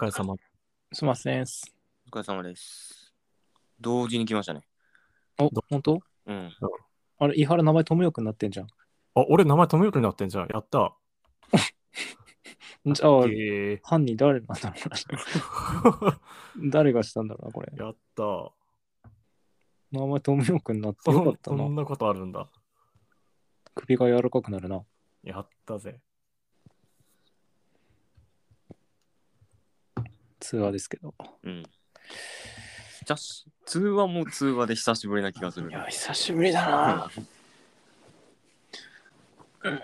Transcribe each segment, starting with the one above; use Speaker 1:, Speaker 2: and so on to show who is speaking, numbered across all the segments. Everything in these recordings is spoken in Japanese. Speaker 1: お疲れ様。
Speaker 2: すみませんっす。
Speaker 3: お疲れ様です。同時に来ましたね。
Speaker 2: お、本当
Speaker 3: うん。
Speaker 2: あれ、伊原名前友よくになってんじゃん。
Speaker 1: あ、俺、名前友よくになってんじゃん。やった。
Speaker 2: じゃあ、
Speaker 1: え
Speaker 2: 犯人誰なんだろう
Speaker 1: ー
Speaker 2: な。誰がしたんだろうな、これ。
Speaker 1: やった。
Speaker 2: 名前友よくになって
Speaker 1: そ
Speaker 2: よか
Speaker 1: ん
Speaker 2: った
Speaker 1: そ
Speaker 2: な。
Speaker 1: んなことあるんだ。
Speaker 2: 首が柔らかくなるな。
Speaker 1: やったぜ。
Speaker 2: 通話ですけど。
Speaker 3: うん。じゃし、通話も通話で久しぶりな気がする
Speaker 2: い。や、久しぶりだな。
Speaker 3: うん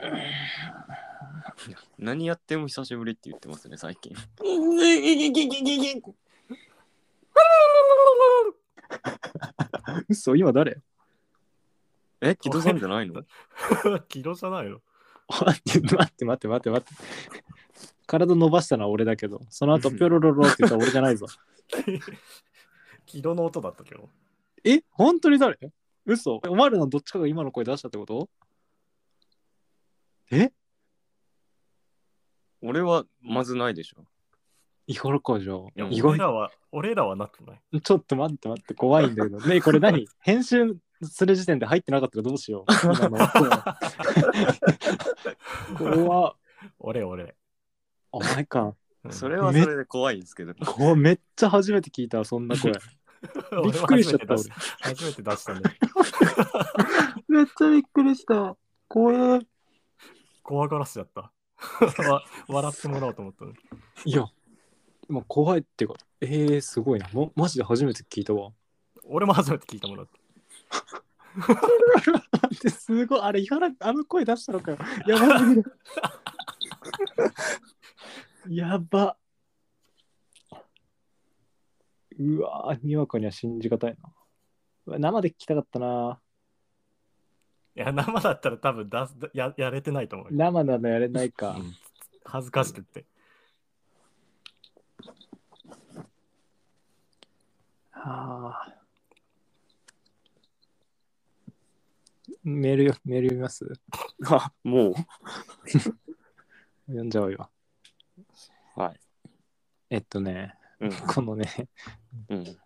Speaker 3: 何やっても久しぶりって言ってますね、最 近。
Speaker 2: 嘘、今誰
Speaker 3: え、木戸さんじゃないの
Speaker 1: キロじゃないの。
Speaker 2: 待って待って待って待って待って。体伸ばしたのは俺だけど、その後ピョロロロって言ったら俺じゃないぞ。
Speaker 1: キロの音だったけど。
Speaker 2: え本当に誰嘘お前らのどっちかが今の声出したってこと
Speaker 3: 俺はまずないでしょ。
Speaker 2: イホロコじゃん。
Speaker 3: いや
Speaker 2: 意
Speaker 1: 俺
Speaker 2: 外
Speaker 1: らは、俺らはなってない。
Speaker 2: ちょっと待って待って、怖いんだけど。ねえこれ何編集する時点で入ってなかったらどうしよう。今の声怖っ
Speaker 1: 俺、俺。
Speaker 2: お前か。
Speaker 1: うん
Speaker 3: それはそれで怖いですけど。
Speaker 2: 怖っめっちゃ初めて聞いた、そんな声。びっくりしちゃった
Speaker 1: 俺も 初めて出し初めて出したね。
Speaker 2: めっちゃびっくりした。怖い。
Speaker 1: 怖がらせちゃった。 わ笑ってもらおうと思ったのに。
Speaker 2: いや、今怖いっていうか、えー、すごいな。ま、マジで初めて聞いたわ。
Speaker 1: 俺も初めて聞いたものだった。
Speaker 2: ってすごい、あれ、やらあの声出したのかよ。やば すぎる。やば。うわーにわかには信じがたいなうわ。生で聞きたかったな。
Speaker 1: いや、生だったら多分出すややれてないと思うよ。
Speaker 2: 生なのやれないか
Speaker 1: う。ん恥ずかしくって。
Speaker 2: はあ。メールよ、メール読みます
Speaker 3: あもう。
Speaker 2: 読んじゃおうよ。
Speaker 3: はい。
Speaker 2: えっとね、
Speaker 3: うん。
Speaker 2: このね、
Speaker 3: うん。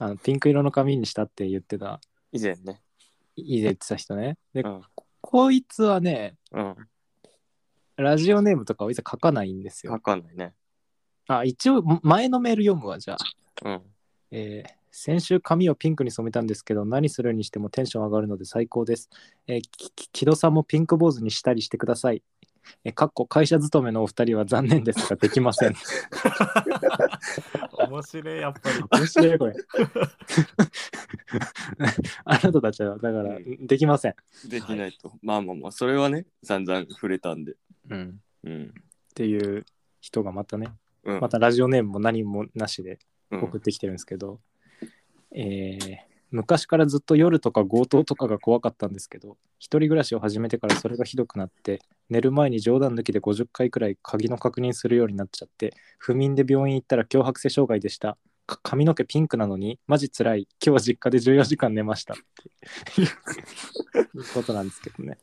Speaker 2: あのピンク色の髪にしたって言ってた、
Speaker 3: 以前ね。
Speaker 2: いいで言ってた人ね。で、
Speaker 3: うん
Speaker 2: こいつはね、
Speaker 3: うん。
Speaker 2: ラジオネームとかをいざ書かないんですよ
Speaker 3: わ。かんないね。
Speaker 2: あ、一応、ん前のメール読むわ、じゃあ。
Speaker 3: うん。
Speaker 2: えー先週髪をピンクに染めたんですけど、何するにしてもテンション上がるので最高です。えーきき木戸さんもピンク坊主にしたりしてください。えーかっこ会社勤めのお二人は残念ですが、できま せん。
Speaker 1: 面白い、やっぱり。
Speaker 2: 面白い ねこれ。あなたたちは、だから、
Speaker 3: うん
Speaker 2: できません。
Speaker 3: できないと。まあまあまあ、それはね、散々触れたんで。
Speaker 2: うん、
Speaker 3: うん。
Speaker 2: っていう人がまたね、
Speaker 3: うん
Speaker 2: またラジオネームも何もなしで
Speaker 3: うん
Speaker 2: 送ってきてるんですけど、えー昔からずっと夜とか強盗とかが怖かったんですけど一人暮らしを始めてからそれがひどくなって寝る前に冗談抜きで50回くらい鍵の確認するようになっちゃって不眠で病院行ったら脅迫性障害でしたか髪の毛ピンクなのにマジつらい今日は実家で14時間寝ました っていうことなんですけどね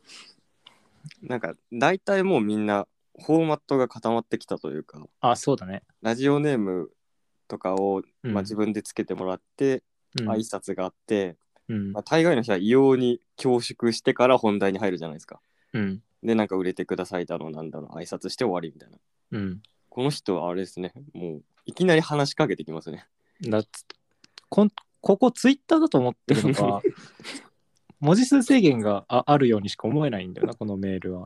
Speaker 3: なんか大体もうみんなフォーマットが固まってきたというか
Speaker 2: あそうだね、
Speaker 3: ラジオネームとかを、
Speaker 2: うん
Speaker 3: まあ、自分でつけてもらって、
Speaker 2: うん
Speaker 3: 挨拶があって、
Speaker 2: うん
Speaker 3: まあ、大概の人は異様に恐縮してから本題に入るじゃないですか。
Speaker 2: うん
Speaker 3: でなんか売れてくださいだろうなんだろう挨拶して終わりみたいな。
Speaker 2: うん
Speaker 3: この人はあれですねもういきなり話しかけてきますね。
Speaker 2: だつこんここツイッターだと思ってるの か文字数制限がああるようにしか思えないんだよなこのメールは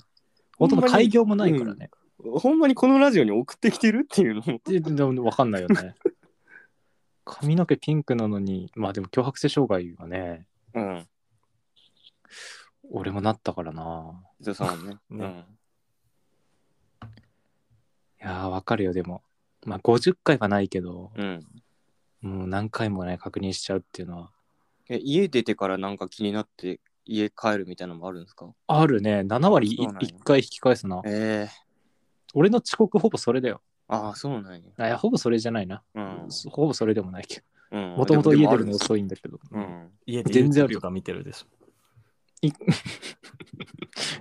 Speaker 3: ほん
Speaker 2: 音
Speaker 3: まに
Speaker 2: の開業もないからね、
Speaker 3: ほんまにこのラジオに送ってきてるっていうの も。
Speaker 2: ででも分かんないよね髪の毛ピンクなのにまあでも脅迫性障害はね
Speaker 3: うん。
Speaker 2: 俺もなったからな
Speaker 3: 伊藤さんは ね。
Speaker 1: ね
Speaker 2: いやー分かるよでもまあ50回はないけど
Speaker 3: う、ん。うん。
Speaker 2: もう何回もね確認しちゃうっていうのは
Speaker 3: え家出てからなんか気になって家帰るみたいなのもあるんですか
Speaker 2: あるね7割
Speaker 3: そうなんや
Speaker 2: 1回引き返すな
Speaker 3: ええ
Speaker 2: 俺の遅刻ほぼそれだよ
Speaker 3: ああそうなんや。
Speaker 2: あいやほぼそれじゃないな、
Speaker 3: うん。
Speaker 2: ほぼそれでもないけど
Speaker 3: うん
Speaker 2: もともと家出るの
Speaker 3: で
Speaker 2: 遅いんだけど。
Speaker 3: もあるんです
Speaker 1: 家で
Speaker 2: 全然あるよ
Speaker 1: とか見てるでしょ。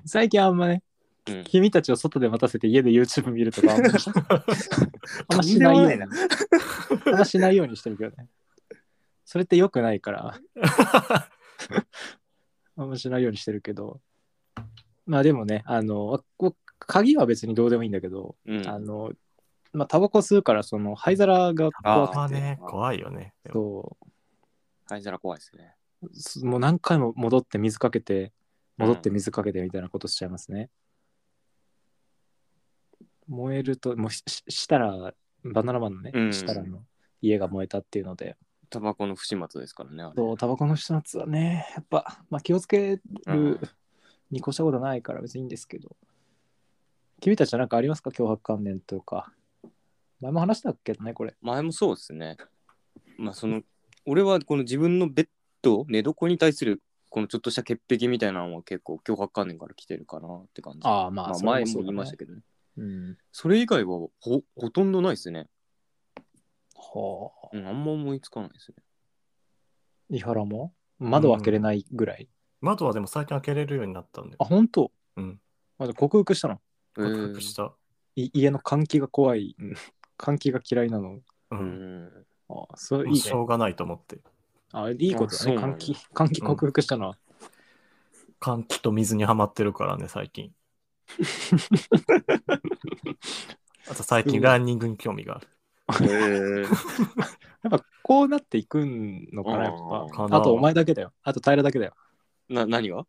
Speaker 2: 最近あんまね、
Speaker 3: うん
Speaker 2: 君たちを外で待たせて家で YouTube 見るとかあ んまあんましないように。あんましないようにしてるけどね。それって良くないから、あんましないようにしてるけど。まあでもね、あの、こ鍵は別にどうでもいいんだけど、
Speaker 3: うん
Speaker 2: あの、まあタバコ吸うから、その灰皿が怖く
Speaker 1: まあね、
Speaker 3: あー
Speaker 1: 怖いよね。
Speaker 2: て、そ
Speaker 3: 灰皿怖いですね。
Speaker 2: うすもう何回も戻って水かけて、戻って水かけてみたいなことしちゃいますね。燃えると、もうしししたら、バナナマンのね、
Speaker 3: うん
Speaker 2: したらの家が燃えたっていうので、
Speaker 3: タバコの不始末ですからね。あれ
Speaker 2: そう、タバコの人のはね、やっぱ、まあ、気をつけ
Speaker 3: うん
Speaker 2: るに越したことないから別にいいんですけど。君たちは何かありますか脅迫観念とか。前も話したっけどね、これ。
Speaker 3: 前もそうですね。まあその俺はこの自分のベッド寝床に対するこのちょっとした潔癖みたいなのは結構脅迫観念から来てるかなって感じ。
Speaker 2: ああ、ま
Speaker 3: まあ、前も言いました
Speaker 2: け
Speaker 3: けどね。
Speaker 2: ど。うん。
Speaker 3: それ以外はほほとんどないですね、
Speaker 2: はあ。
Speaker 3: うん。あんま思いつかないですね。
Speaker 2: 伊原も窓を開けれないぐらい。
Speaker 1: 窓はでも最近開けれるようになったんで
Speaker 2: あ、。本当
Speaker 1: うん。
Speaker 2: まだ克服したの。
Speaker 1: 克服した。
Speaker 2: い家の換気が怖い。換気が嫌いなの。
Speaker 1: う。
Speaker 3: えーうんん。
Speaker 2: ああ、そうい
Speaker 1: もう
Speaker 2: い
Speaker 1: しょ
Speaker 2: ね。
Speaker 1: うがないと思って。
Speaker 2: あいいこと
Speaker 3: あ
Speaker 2: だ
Speaker 3: そう
Speaker 2: ね。
Speaker 3: なん
Speaker 2: 換
Speaker 3: だ
Speaker 2: 気、換気克服したのは。
Speaker 1: 換気と水にはまってるからね、最 近。あと最近ランニングに興味がある。
Speaker 3: えー
Speaker 2: やっぱこうなっていくのかな、やっぱ。
Speaker 3: うん
Speaker 1: かな
Speaker 2: あとお前だけだよ。あと平だけだよ。
Speaker 3: な何が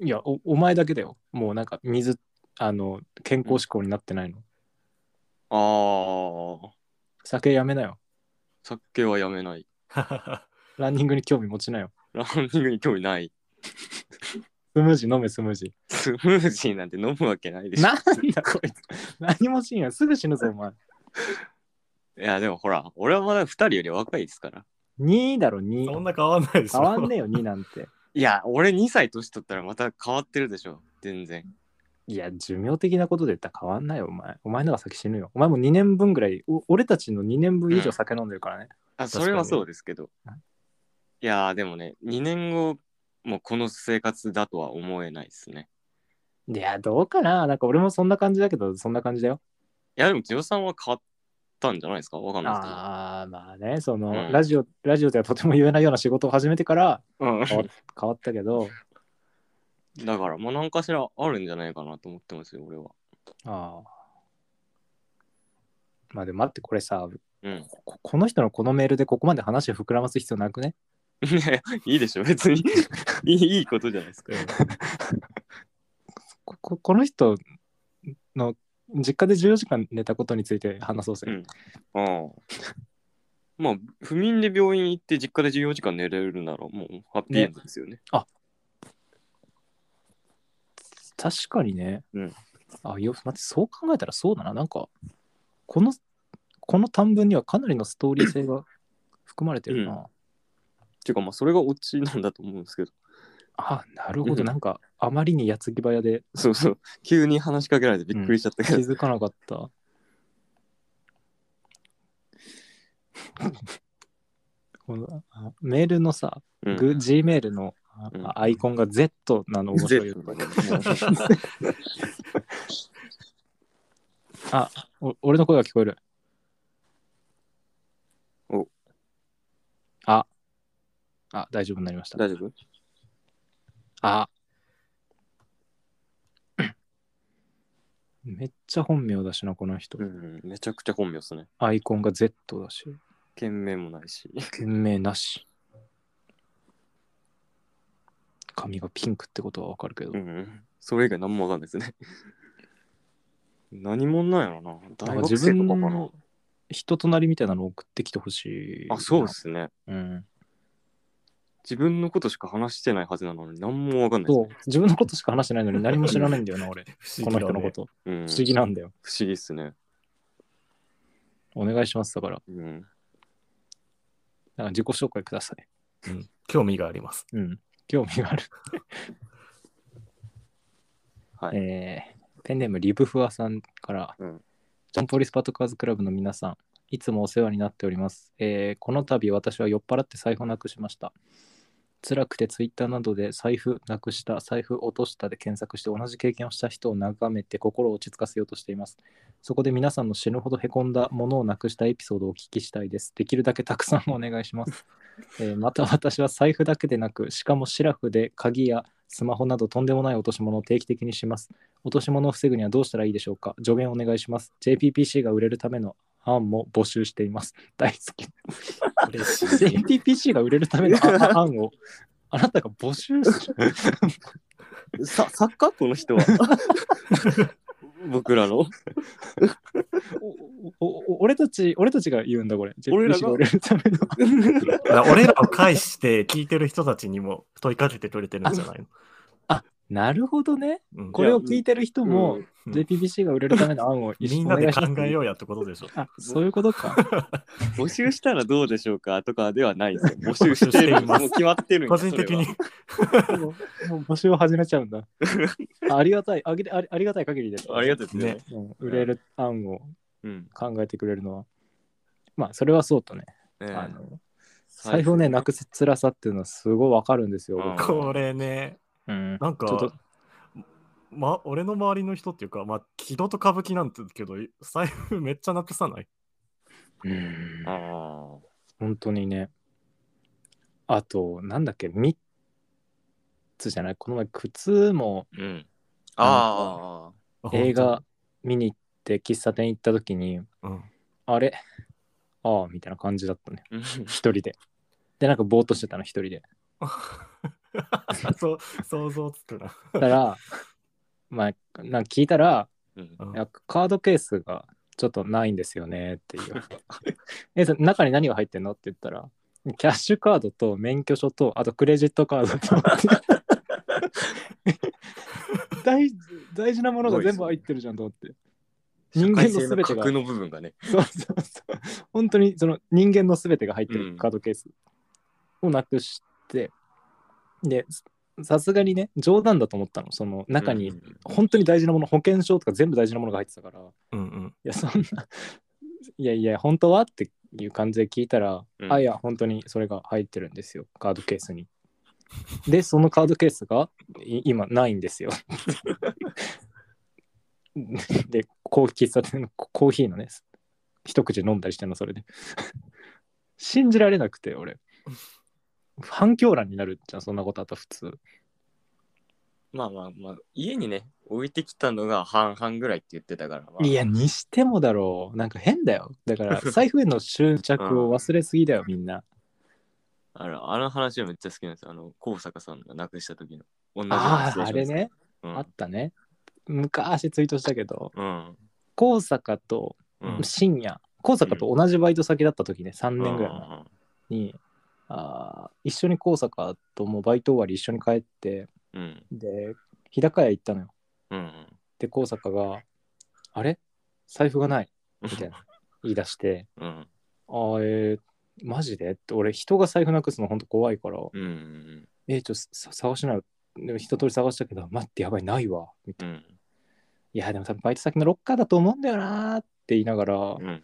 Speaker 2: いやお、お前だけだよ。もうなんか水、あの、健康志向になってないの。
Speaker 3: ああ、
Speaker 2: 酒やめなよ。
Speaker 3: 酒はやめない。
Speaker 2: ランニングに興味持ちなよ。
Speaker 3: ランニングに興味ない。
Speaker 2: スムージー飲め、スムージ
Speaker 3: スムージーなんて飲むわけないで
Speaker 2: ー。
Speaker 3: しょ。
Speaker 2: なんだこいつ。何もしんや。すぐ死ぬぞ、お前。
Speaker 3: いや、でもほら、俺はまだ2人より若いですから。
Speaker 2: 2だろ、
Speaker 1: そん
Speaker 2: 2。
Speaker 1: な変わんないでしょ。
Speaker 2: 変わんねえよ、2なんて。
Speaker 3: いや、俺2歳年取ったらまた変わってるでしょ。全然。
Speaker 2: いや、寿命的なことで言ったら変わんないよ、お前。お前のが先死ぬよ。お前も2年分ぐらい、お俺たちの2年分以上酒飲んでるからね。
Speaker 1: 確
Speaker 3: あ、
Speaker 1: か
Speaker 3: そ
Speaker 1: に
Speaker 3: れはそうですけど
Speaker 2: うん。
Speaker 3: いやー、でもね、2年後もこの生活だとは思えないですね。
Speaker 2: いや、どうかななんか俺もそんな感じだけど、そんな感じだよ。
Speaker 3: いや、でも、千代さんは変わったんじゃないですかわかんないですけど。
Speaker 2: ああ、まあね、その、
Speaker 3: うん
Speaker 2: ラジオ、ラジオではとても言えないような仕事を始めてから
Speaker 3: うん
Speaker 2: 変わ変わったけど、
Speaker 3: だから、まあ、何かしらあるんじゃないかなと思ってますよ、俺は。
Speaker 2: ああ。まあでも待って、これさ、
Speaker 3: うん。
Speaker 2: ここの人のこのメールでここまで話を膨らます必要なくね
Speaker 3: いいでしょ、別に。 いいいいことじゃないですか。
Speaker 2: こここの人の実家で14時間寝たことについて話そうぜ。
Speaker 3: うんうん。まあ、不眠で病院行って実家で14時間寝れるなら、もうハッピーエンドですよね。
Speaker 2: 確かにね。
Speaker 3: うん
Speaker 2: あよ待って、そう考えたらそうだな。なんか、この、この短文にはかなりのストーリー性 が含まれてるな。
Speaker 3: うんっていうか、まあ、それがオチなんだと思うんですけど。
Speaker 2: あなるほど、
Speaker 3: うん
Speaker 2: なんかあまりに矢継ぎ早で
Speaker 3: そうそう。急に話しかけられてびっくりしちゃったけ
Speaker 2: 気
Speaker 3: ど。
Speaker 2: づかなか った。このあメールのさ、
Speaker 3: うん
Speaker 2: グ G メールのあ
Speaker 3: うん
Speaker 2: アイコンが Z なの面白いよね。あお俺の声が聞こえる。
Speaker 3: お
Speaker 2: ああ大丈夫になりました。
Speaker 3: 大丈夫
Speaker 2: あ めっちゃ本名だしな、この人
Speaker 3: う。ん、めちゃくちゃ本名っすね。
Speaker 2: アイコンが Z だし、
Speaker 3: 件名もないし。
Speaker 2: 件名なし。髪がピンクってことはわかるけど
Speaker 3: う。ん。それ以外何もわかんないですね。何者なんやろな。大学生とか
Speaker 2: なんか自分
Speaker 3: かな
Speaker 2: の。人となりみたいなの送ってきてほしい。
Speaker 3: あ、そうですね。
Speaker 2: うん。
Speaker 3: 自分のことしか話してないはずなのに何もわかんないです
Speaker 2: そ
Speaker 3: ね
Speaker 2: う。自分のことしか話してないのに何も知らないんだよな、 俺。
Speaker 1: 不思
Speaker 2: こ
Speaker 1: 議
Speaker 2: の
Speaker 1: だ
Speaker 2: 人の
Speaker 1: ね
Speaker 2: こ。と。
Speaker 3: うん、
Speaker 2: 不
Speaker 3: 不
Speaker 2: 思議なんだよ。
Speaker 3: 思議っすね。
Speaker 2: お願いします。だから、
Speaker 3: うん。
Speaker 2: なんか自己紹介ください。
Speaker 1: うん興味があります。
Speaker 2: うん。興味がある。
Speaker 3: はい。
Speaker 2: えーペンネームリブフワさんから、
Speaker 3: うん
Speaker 2: ジョンポリスパトカーズクラブの皆さん、いつもお世話になっております。えーこの度私は酔っ払って財布をなくしました。辛くてツイッターなどで財布なくした、財布落としたで検索して同じ経験をした人を眺めて心を落ち着かせようとしています。そこで皆さんの死ぬほどへこんだものをなくしたエピソードをお聞きしたいです。できるだけたくさんお願いします。えーまた私は財布だけでなく、しかもシラフで鍵やスマホなどとんでもない落とし物を定期的にします。落とし物を防ぐにはどうしたらいいでしょうか助言お願いします。JPPC が売れるための案も募集しています。大好き。
Speaker 1: 嬉しい。
Speaker 2: JPPC が売れるための案案をあなたが募集す る。
Speaker 3: さ作家この人は 僕ら の
Speaker 2: おお俺たち、俺たちが言うん だ、これ。
Speaker 3: 俺ら
Speaker 2: JPPC
Speaker 3: が
Speaker 2: が売れるための。
Speaker 1: だから俺らを介して聞いてる人たちにも問いかけてくれてるんじゃないの
Speaker 2: なるほどね。
Speaker 1: うん
Speaker 2: これを聞いてる人も、
Speaker 1: うん
Speaker 2: JPPC が売れるための案を一
Speaker 1: み
Speaker 2: 緒に
Speaker 1: んな
Speaker 2: お願
Speaker 1: で
Speaker 2: いし
Speaker 1: 考
Speaker 2: ます
Speaker 1: えようやってことでしょ。
Speaker 2: あ、 そういうことか。
Speaker 3: 募集したらどうでしょうかとかではないですよ。募集し
Speaker 1: 募集し
Speaker 3: て
Speaker 1: て
Speaker 3: る。
Speaker 1: い
Speaker 3: も
Speaker 1: ま
Speaker 3: う
Speaker 1: す
Speaker 3: 決まってるん
Speaker 1: 個
Speaker 3: や
Speaker 1: 人的に。
Speaker 2: もうもう募集を始めちゃうん だ。あありがたいあげあり、ありがたい限りです
Speaker 3: それ。はありがとうございます。
Speaker 2: うん売れる案を
Speaker 3: うん
Speaker 2: 考えてくれるのは、まあ、それはそうとね。
Speaker 3: え
Speaker 2: あ
Speaker 3: え
Speaker 2: の財布をね、なくす辛さっていうのはすごいわかるんですよ。
Speaker 3: うん
Speaker 2: 僕
Speaker 1: これね、
Speaker 2: うん
Speaker 1: なん
Speaker 2: ちょ
Speaker 1: か
Speaker 2: っと、
Speaker 1: ま、俺の周りの人っていうか、まあ、木戸と歌舞伎なんて言うけど、財布めっちゃなくさ ない。
Speaker 2: うん
Speaker 3: あ
Speaker 2: 本当にね。あと、なんだっけ、3つじゃないこの前、靴も
Speaker 3: ーうん。あ
Speaker 2: 映画見に行って、喫茶店行った時に、
Speaker 1: 本
Speaker 2: あれああ、みたいな感じだったね。
Speaker 3: あ。うん
Speaker 2: 一人で。で、なんかぼーっとしてたの、一人で。
Speaker 1: 当。 そう、想像つくな。
Speaker 2: だから、まあ、なんか聞いたら、
Speaker 3: うん
Speaker 1: うん
Speaker 2: いやカードケースがちょっとないんですよねっていう。 え、そ中に何が入ってんのって言ったら、キャッシュカードと免許証と、あとクレジットカードと。大大事なものが全部入ってるじゃんと思って。人間の
Speaker 3: 社会性
Speaker 2: 全てが
Speaker 3: 核の部分がね。
Speaker 2: そうそうそう。本当にその人間の全てが入ってるカードケースをなくして、で、さすがにね、冗談だと思ったの。その中に
Speaker 3: うん
Speaker 2: 本当に大事なもの、保険証とか全部大事なものが入ってたから、い
Speaker 1: うんうん。
Speaker 2: や、そんな、いやいや、本当はっていう感じで聞いたら、
Speaker 3: うん
Speaker 2: あ、いや、本当にそれが入ってるんですよ、カードケースに。で、そのカードケースがい今ないんですよ。 で、コーヒー喫茶店のココーヒーのね、一口飲んだりしてんの、それで。 信じられなくて、俺。反響欄になるじゃん、そんなことあったら普通。
Speaker 3: まあまあまあ、家にね、置いてきたのが半々ぐらいって言ってたから。まあ
Speaker 2: いや、にしてもだろう。なんか変だよ。だ から、財布への執着を忘れすぎだよ、みんな。
Speaker 3: あのあの話はめっちゃ好きなんですよ。あの、高坂さんが亡くした時の。同じ
Speaker 2: ああ、
Speaker 3: 話
Speaker 2: あれね、。
Speaker 3: うん
Speaker 2: あったね。昔ツイートしたけど、
Speaker 3: うん。
Speaker 2: 高坂と
Speaker 3: うん
Speaker 2: 深夜、高坂と同じバイト先だった時ね、3年ぐらい前
Speaker 3: い
Speaker 2: に、あー一緒に高坂ともうバイト終わり一緒に帰って、
Speaker 3: うん。
Speaker 2: で、日高屋行ったのよ。
Speaker 3: うん。
Speaker 2: で、高坂が、あれ財布がないみたい な言い出して、
Speaker 3: うん。
Speaker 2: ああ、えー、マジでって俺、人が財布なくすの本当怖いから、
Speaker 3: うん。
Speaker 2: えー、ちょっとさ探しなよ。でも一通り探したけど、待って、やばい、ないわ。みたいな。
Speaker 3: うん。
Speaker 2: いや、でも多分バイト先のロッカーだと思うんだよなーって言いながら、
Speaker 3: うん。
Speaker 2: なん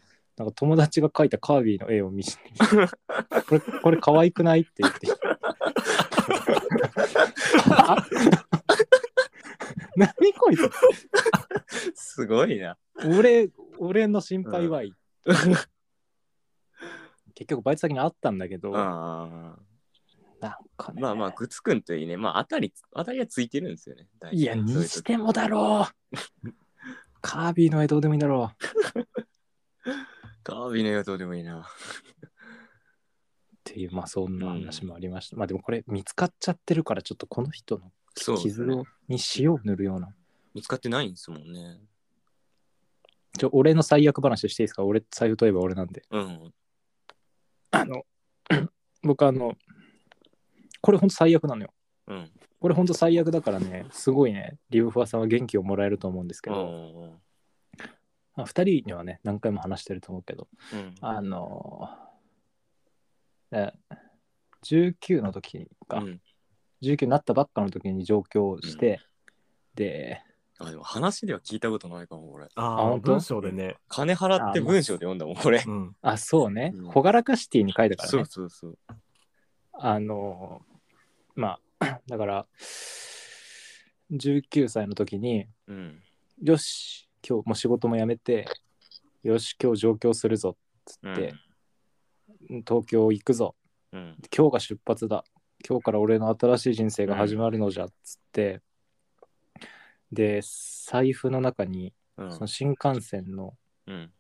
Speaker 2: か友達が描いたカービィの絵を見せてきてこれ、これ可愛くないって言って。 あ何こいつ
Speaker 3: すごいな。
Speaker 2: 俺、俺の心配はいい。結局バイト先にあったんだけど、なん
Speaker 3: ああ。
Speaker 2: かね。
Speaker 3: まあまあ、グツくんといいね。まあ、あたり、あたりはついてるんですよね。大体
Speaker 2: いや、
Speaker 3: そうう
Speaker 2: に
Speaker 3: 時
Speaker 2: してもだろう。 カービィの絵どうでもいいだろう。っ
Speaker 3: カービィのよ、どうでもいいな。
Speaker 2: ていう、まあそんな話もありました。まあでもこれ見つかっちゃってるから、ちょっとこの人の
Speaker 3: そうです
Speaker 2: 傷
Speaker 3: ね、
Speaker 2: をに塩を塗るような。
Speaker 3: 見つかってないんですもんね。
Speaker 2: ちょ、俺の最悪話していいですか俺、財布といえば俺なんで。
Speaker 3: うん。
Speaker 2: あの、僕あの、これほんと最悪なのよ。
Speaker 3: うん。
Speaker 2: これほんと最悪だからね、すごいね、リブフワさんは元気をもらえると思うんですけ
Speaker 3: う
Speaker 2: ど、
Speaker 3: ん。
Speaker 2: あ二人にはね、何回も話してると思うけど、
Speaker 3: うん。
Speaker 2: あのー、え19の時か、
Speaker 3: うん
Speaker 2: 19になったばっかの時に上京して、で、
Speaker 3: あ、でも話では聞いたことないかも、これ。
Speaker 2: あ
Speaker 1: ああ、
Speaker 2: 本当
Speaker 1: 文章でね。
Speaker 3: 金払って文章で読んだもん、これ。
Speaker 1: うん。
Speaker 2: あ、そうね
Speaker 3: うん、
Speaker 2: 朗らかシティに書いたからね。
Speaker 3: そうそうそう。
Speaker 2: あのーまあ だから19歳の時に
Speaker 3: うん。
Speaker 2: よし今日もう仕事も辞めてよし今日上京するぞっつ
Speaker 3: う
Speaker 2: っ
Speaker 3: ん
Speaker 2: て、東京行くぞ
Speaker 3: うん。
Speaker 2: 今日が出発だ今日から俺の新しい人生が始まるのじゃっつって、で財布の中に
Speaker 3: うん
Speaker 2: その新幹線の
Speaker 3: うん。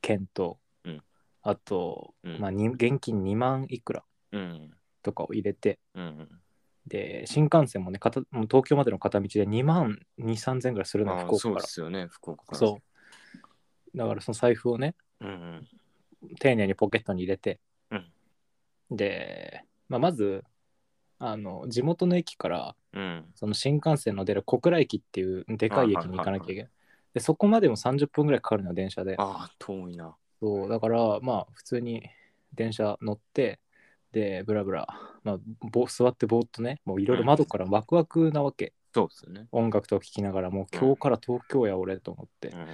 Speaker 2: 券と、
Speaker 3: うん
Speaker 2: あと、
Speaker 3: うん
Speaker 2: まあ、に現金2万いくら
Speaker 3: うん。
Speaker 2: とかを入れて
Speaker 3: うん。
Speaker 2: で新幹線もね片もう東京までの片道で2万2 3千ぐらいするの
Speaker 3: あ
Speaker 2: 福
Speaker 3: あ、
Speaker 2: 岡
Speaker 3: そう
Speaker 2: か
Speaker 3: で
Speaker 2: ら
Speaker 3: すよね、福岡から。
Speaker 2: そうだからその財布をね
Speaker 3: う。うん。
Speaker 2: 丁寧にポケットに入れて、
Speaker 3: うん
Speaker 2: で、まあ、まずあの地元の駅から
Speaker 3: うん。
Speaker 2: その新幹線の出る小倉駅っていうでかい駅に行かなきゃいけない。でそこまでも30分ぐらいかかるの電車で
Speaker 3: ああ、遠いな。
Speaker 2: そうだからまあ普通に電車乗ってでブラブラ、まあ、ぼ座ってぼーっとねもういろいろ窓からワクワクなわけ、
Speaker 3: そうですよね。
Speaker 2: 音楽とか聴きながらもう今日から東京や俺と思って、
Speaker 3: うん。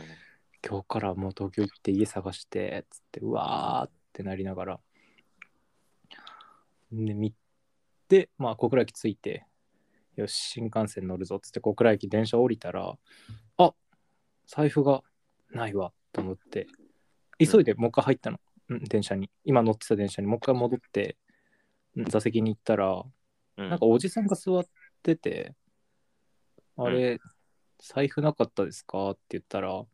Speaker 2: 今日からもう東京行って家探してつってうわーってなりながらで見てまあ小倉駅着いてよし新幹線乗るぞっつって小倉駅電車降りたらあ財布がないわと思って急いでもう一回入ったの、うん、電車に今乗ってた電車にもう一回戻ってうん座席に行ったら
Speaker 3: うん
Speaker 2: なんかおじさんが座ってて、あれ、財布なかったですかって言ったら、
Speaker 3: ん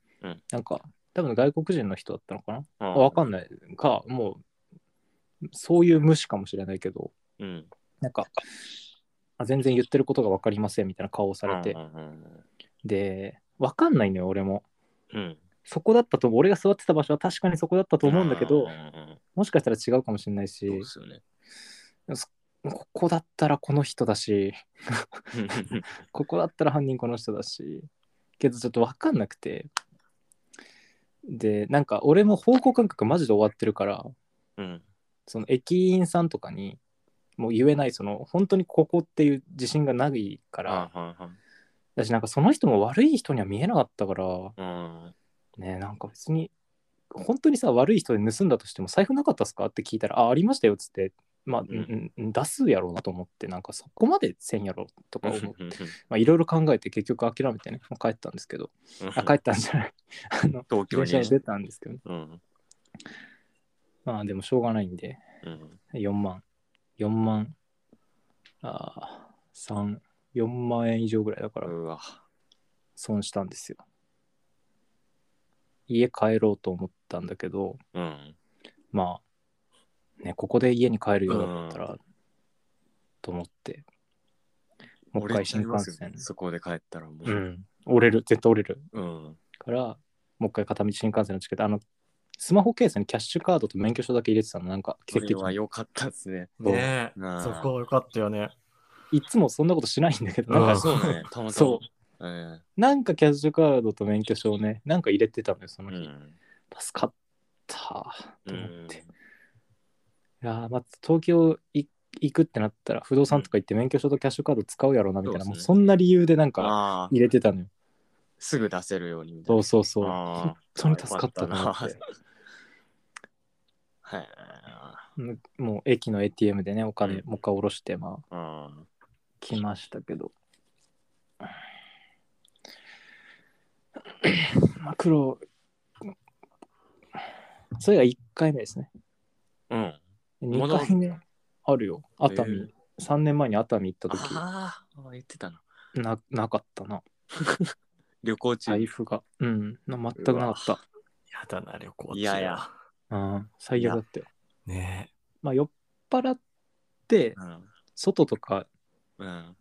Speaker 2: なんか、多分外国人の人だったのかな、
Speaker 3: ああ
Speaker 2: わかんないか、もう、そういう無視かもしれないけど、
Speaker 3: うん。
Speaker 2: なんか、あ全然言ってることが分かりませんみたいな顔をされて、
Speaker 3: うんうん
Speaker 2: で、分かんないのよ、俺も。
Speaker 3: うん。うん
Speaker 2: そこだったと思う、俺が座ってた場所は確かにそこだったと思うんだけど
Speaker 3: う、ん
Speaker 2: もしかしたら違うかもしれない
Speaker 3: うん
Speaker 2: し、
Speaker 3: そうで
Speaker 2: ここだったらこの人だし、
Speaker 3: すよね。
Speaker 2: ここだったら犯人この人だしけどちょっと分かんなくてでなんか俺も方向感覚マジで終わってるから
Speaker 3: うん。
Speaker 2: その駅員さんとかにもう言えないその本当にここっていう自信がないから
Speaker 3: ああ、はいはい。
Speaker 2: だしなんかその人も悪い人には見えなかったから
Speaker 3: うん。
Speaker 2: ねなんか別に本当にさ悪い人で盗んだとしても財布なかったっすかって聞いたら「あありましたよ」っつって。まあ、う
Speaker 3: うん
Speaker 2: んうん、出すやろうなと思ってなんかそこまでせんやろとか思 って
Speaker 3: うん
Speaker 2: まあいろいろ考えて結局諦めてねもう帰ったんですけどあ帰ったんじゃない あの
Speaker 3: 東
Speaker 2: 電
Speaker 3: 京に
Speaker 2: 車
Speaker 3: ね
Speaker 2: に。出たんですけど、
Speaker 3: うん。
Speaker 2: まあでもしょうがないんで
Speaker 3: うん。
Speaker 2: 4万4万あ34万円以上ぐらいだから
Speaker 3: うわ。
Speaker 2: 損したんですよ家帰ろうと思ったんだけど
Speaker 3: うん。
Speaker 2: まあねここで家に帰るようだったら、と思ってもう一
Speaker 3: 折れ
Speaker 2: 回
Speaker 3: ちゃい
Speaker 2: 新
Speaker 3: ま
Speaker 2: 幹
Speaker 3: すよ
Speaker 2: 線
Speaker 3: ねそこで帰ったらも
Speaker 2: う
Speaker 3: う。
Speaker 2: ん折れる絶対折れる
Speaker 3: うん。
Speaker 2: からもう一回片道新幹線のチケットあのスマホケースにキャッシュカードと免許証だけ入れてたのなんか奇
Speaker 3: そ
Speaker 2: 跡
Speaker 3: れ
Speaker 2: 的
Speaker 3: は
Speaker 2: に
Speaker 3: 良かったですね。
Speaker 1: ねえ
Speaker 3: うん
Speaker 1: そこは良かったよね。
Speaker 2: いつもそんなことしないんだけどなん
Speaker 1: あ
Speaker 3: あ、
Speaker 1: ん
Speaker 2: か
Speaker 3: そうね。たまたま。
Speaker 2: そ
Speaker 3: え
Speaker 2: なんかキャッシュカードと免許証をねなんか入れてたのよそ
Speaker 3: え
Speaker 2: の
Speaker 3: う
Speaker 2: 日、
Speaker 3: ん。
Speaker 2: 助かった
Speaker 3: う
Speaker 2: と思っ
Speaker 3: ん
Speaker 2: て、いやーまあ東京い行くってなったら不動産とか行って免許証とキャッシュカード使うやろうなみたいな
Speaker 3: そう
Speaker 2: も
Speaker 3: で
Speaker 2: う
Speaker 3: すね
Speaker 2: そんな理由でなんか
Speaker 3: ああ、
Speaker 2: 入れてたのよ
Speaker 3: すぐ出せるようにみたい
Speaker 2: そ
Speaker 3: な。
Speaker 2: うそうそう本
Speaker 3: あ
Speaker 2: 当に助かったな
Speaker 3: よ
Speaker 2: っ
Speaker 3: かってたあはい。
Speaker 2: うん もう駅の ATM でねお金
Speaker 3: うん
Speaker 2: もう一回下ろしてまあ
Speaker 3: うん。
Speaker 2: 来ましたけど。 まあ、苦労。それが1回目ですね。
Speaker 3: うん。まだ
Speaker 2: 2回目あるよ。熱海、
Speaker 3: えー
Speaker 2: 3年前に熱海行った時
Speaker 3: ああ、言ってたな。
Speaker 2: な、なかったな。
Speaker 3: 旅行中。
Speaker 2: 財布が。うん、な全くなかっ
Speaker 1: やだな、旅行中は。
Speaker 3: いやいや
Speaker 2: た。うん、最悪だったよ。
Speaker 1: ね
Speaker 2: まあ、酔っ払って、
Speaker 3: うん。
Speaker 2: 外とか
Speaker 3: うん。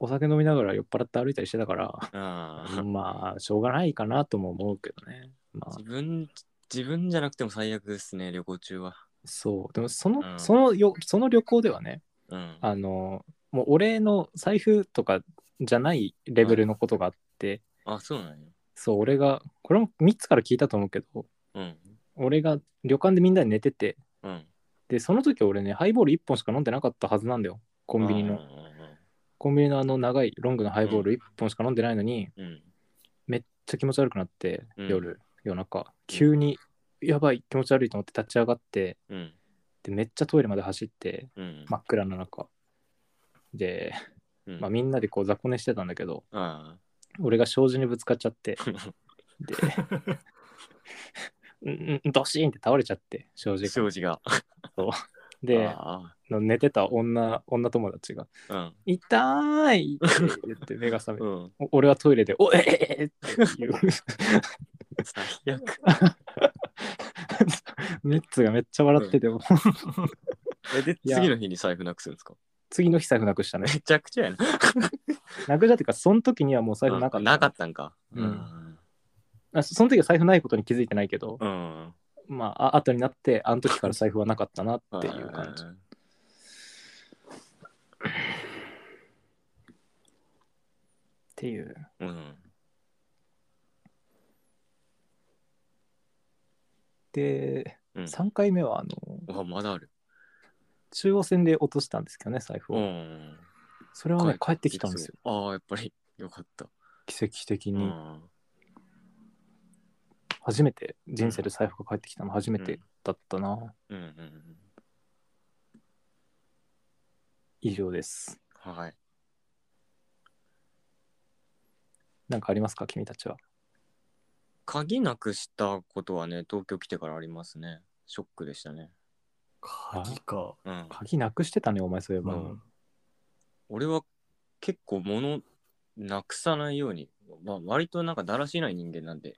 Speaker 2: お酒飲みながら酔っ払って歩いたりしてたから、
Speaker 3: うん。
Speaker 2: まあ、しょうがないかなとも思うけどね。まあ
Speaker 3: 自、分、自分じゃなくても最悪ですね、旅行中は。
Speaker 2: そう。でもその、
Speaker 3: うん
Speaker 2: そのよ、その旅行ではね、
Speaker 3: うん。
Speaker 2: あの、もう俺の財布とかじゃないレベルのことがあって、
Speaker 3: あ、そうなんや。
Speaker 2: そう、俺が、これも3つから聞いたと思うけど、
Speaker 3: うん。
Speaker 2: 俺が旅館でみんなで寝てて、
Speaker 3: うん。
Speaker 2: で、その時俺ね、ハイボール1本しか飲んでなかったはずなんだよ。コンビニ
Speaker 3: うん
Speaker 2: の、コンビニのあの長いロングのハイボール1本しか飲んでないのに、
Speaker 3: うんうん。
Speaker 2: めっちゃ気持ち悪くなって、
Speaker 3: うん
Speaker 2: 夜、夜中、急に、やばい、気持ち悪いと思って立ち上がって、
Speaker 3: うん。
Speaker 2: で、めっちゃトイレまで走って、
Speaker 3: うん。
Speaker 2: 真っ暗な中で、
Speaker 3: うん
Speaker 2: まあ、みんなでこう雑魚寝してたんだけど
Speaker 3: あ
Speaker 2: 俺が障子にぶつかっちゃって でうんうんドシーンって倒れちゃって障子が
Speaker 3: あ、庄司が。
Speaker 2: で
Speaker 3: あ
Speaker 2: の寝てた女女友達が
Speaker 3: あ
Speaker 2: 「痛い!」って言って目が覚め
Speaker 3: う
Speaker 2: て
Speaker 3: ん。うん。
Speaker 2: お俺はトイレで「おええええっていう
Speaker 3: 最悪。
Speaker 2: ミッツがめっちゃ笑ってて、もう
Speaker 3: え、で、
Speaker 2: いや
Speaker 3: 次の日に財布なくすんですか
Speaker 2: 次の日財布なくしたね
Speaker 3: めちゃくちゃやな。
Speaker 2: なくしたっていうかその時にはもう財布なか
Speaker 3: う
Speaker 2: っ
Speaker 3: ん
Speaker 2: た
Speaker 3: なかったんか。
Speaker 2: うん
Speaker 3: ん。
Speaker 2: あそその時は財布ないことに気づいてないけど、
Speaker 3: うん。
Speaker 2: まああ後になってあの時から財布はなかったなっていう感じ
Speaker 3: ああ。
Speaker 2: っていう
Speaker 3: うん。
Speaker 2: で、
Speaker 3: うん。
Speaker 2: 3回目はあの
Speaker 3: うわ、まだある。
Speaker 2: 中央線で落としたんですけどね財布
Speaker 3: う
Speaker 2: を、
Speaker 3: ん。
Speaker 2: それはね帰ってきたんですよ
Speaker 3: よ。ああ、やっぱりよかった。
Speaker 2: 奇跡的
Speaker 3: う
Speaker 2: に、
Speaker 3: ん。
Speaker 2: 初めて人生で財布が帰ってきたの初め
Speaker 3: う
Speaker 2: て
Speaker 3: ん
Speaker 2: だったな、
Speaker 3: うんうん
Speaker 2: 以上です
Speaker 3: うん。はい。
Speaker 2: なんかありますか君たちは
Speaker 3: 鍵なくしたことはね、東京来てからありますね。ショックでしたね。
Speaker 1: 鍵か。
Speaker 3: うん。
Speaker 2: 鍵なくしてたねお前そういえ
Speaker 1: う
Speaker 2: ば、
Speaker 1: ん。
Speaker 3: 俺は結構物なくさないように、まあ、割となんかだらしない人間なんで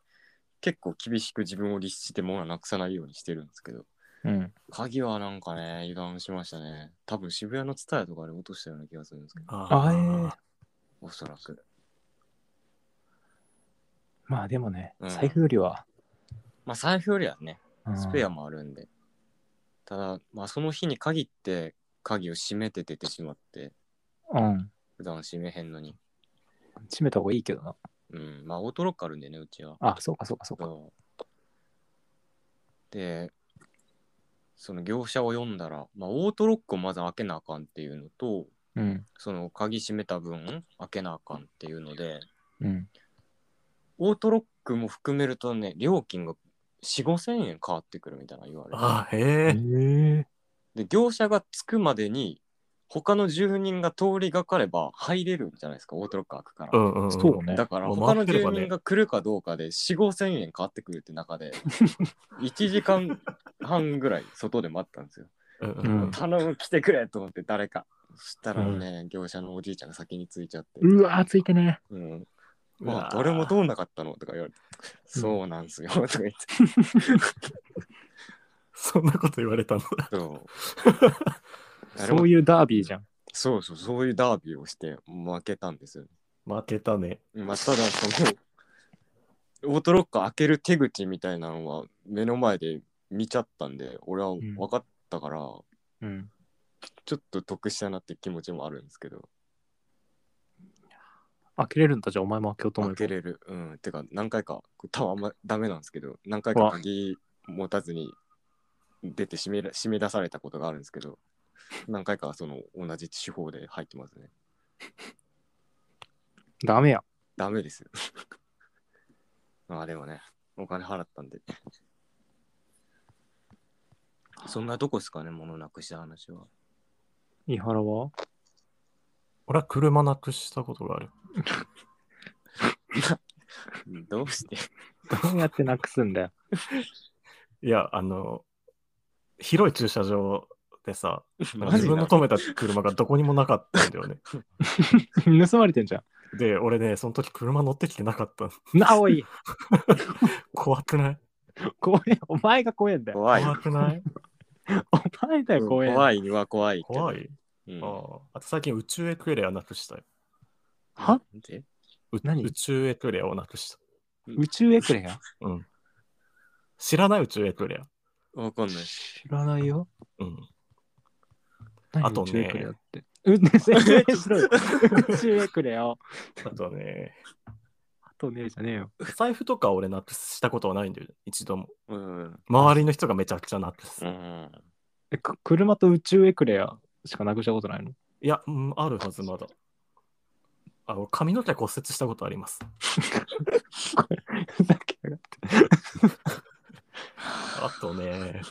Speaker 3: 結構厳しく自分を律して物はなくさないようにしてるんですけど
Speaker 2: うん、
Speaker 3: 鍵はなんかね油断しましたね多分渋谷のツタヤとかで落としたような気がするんですけど
Speaker 2: あえ
Speaker 1: ー
Speaker 2: ー
Speaker 3: おそらく
Speaker 2: まあでもね、
Speaker 3: うん
Speaker 2: 財布よりは、
Speaker 3: まあ財布よりはね
Speaker 2: うん
Speaker 3: スペアもあるんで、ただまあその日に限って鍵を閉めて出てしまって
Speaker 2: うん
Speaker 3: 普段閉めへんのに
Speaker 2: 閉めた方がいいけどな
Speaker 3: うんまあオートロックあるんでねうちは
Speaker 2: あそうかそうかそうか
Speaker 3: そうでその業者を読んだら、まあ、オートロックをまず開けなあかんっていうのと
Speaker 2: うん
Speaker 3: その鍵閉めた分開けなあかんっていうので
Speaker 2: うん
Speaker 3: オートロックも含めるとね料金が4 5千円変わってくるみたいな言われ
Speaker 1: あー、へ
Speaker 2: え
Speaker 1: え。
Speaker 2: ー、
Speaker 3: てで業者が着くまでに他の住人が通りがかれば入れるんじゃないですかオートロック開くから
Speaker 1: う、んうんん。
Speaker 2: そうね
Speaker 3: だから
Speaker 1: もう
Speaker 3: 他
Speaker 1: 回
Speaker 3: の
Speaker 1: ってれ
Speaker 3: 住
Speaker 1: ばね
Speaker 3: 民が来るかどうかで4 5千円変わってくるって 中で1時間半ぐらい外で待ったんですよ。
Speaker 1: うんうんうん
Speaker 3: 頼む来てくれと思って誰か。そしたらね、業者のおじいちゃんが先に着いちゃって。
Speaker 2: うわーついてね
Speaker 3: うん。
Speaker 1: うわ
Speaker 3: まあ、誰も通んなかったのとか言われて。そうなんすよ。とか言って。
Speaker 1: そんなこと言われたんだ。
Speaker 3: そう。誰も
Speaker 2: そういうダービーじゃん
Speaker 3: そうそう、そういうダービーをして負けたんですよ。
Speaker 1: 負けたね。
Speaker 3: まあ、ただその、オートロック開ける手口みたいなのは目の前で見ちゃったんで、俺は分かったから、
Speaker 2: うん
Speaker 3: ちょっと得したなって気持ちもあるんですけど。
Speaker 2: 開けれるんだじゃあお前も開けようと思
Speaker 3: 開
Speaker 2: うけ
Speaker 3: け
Speaker 2: ど
Speaker 3: れる。うん。てか、何回か、多分あんまダメなんですけど、何回か
Speaker 2: わ
Speaker 3: 鍵持たずに出て締めら締め出されたことがあるんですけど、何回かその同じ手法で入ってますね。
Speaker 2: ダメや
Speaker 3: ダメです。 まあでもね、お金払ったんで。そんなとこですかね、物なくした話は。
Speaker 2: 伊原は
Speaker 1: 俺は車なくしたことがある。
Speaker 3: どうして
Speaker 2: どうやってなくすんだよ
Speaker 1: いや、あの、広い駐車場でさ、なんか
Speaker 3: マ
Speaker 1: 自
Speaker 3: ジ
Speaker 1: 分
Speaker 3: な
Speaker 1: の止めた車がどこにもなかったんだよ ね。
Speaker 2: 盗まれてんじゃ
Speaker 1: で、俺ね、その時車乗ってきてなかった。
Speaker 2: ん。なお い、
Speaker 1: 怖くない
Speaker 2: 怖え、お前が怖えんだよ。
Speaker 3: 怖い。
Speaker 1: 怖くない
Speaker 2: お前だよ、怖え。
Speaker 3: 怖いには怖いけど。
Speaker 1: 怖い、
Speaker 3: うん
Speaker 1: あああと最近宇宙エクレアなくしたよ。
Speaker 2: は
Speaker 3: なんで
Speaker 1: う
Speaker 2: 何
Speaker 1: 宇宙エクレアをなくした。
Speaker 2: 宇宙エクレア
Speaker 1: うん。知らない宇宙エクレア。
Speaker 3: わかんない。
Speaker 2: 知らないよ。
Speaker 1: うん。
Speaker 2: 何
Speaker 1: あとね
Speaker 2: 宇宙エクレアって。うん、説明しろよ。宇宙エクレア。あ
Speaker 1: あとね、
Speaker 2: とねえじゃねえよ。
Speaker 1: 財布とか俺なくしたことはないんだよ、一度も。
Speaker 3: うん。
Speaker 1: 周りの人がめちゃくちゃなくす。
Speaker 3: うん。
Speaker 2: え、く車と宇宙エクレアしかなくしたことないの
Speaker 1: いや、うん、あるはずまだ。あ、俺髪の毛骨折したことあります。
Speaker 2: ふざけやがって
Speaker 1: あとね、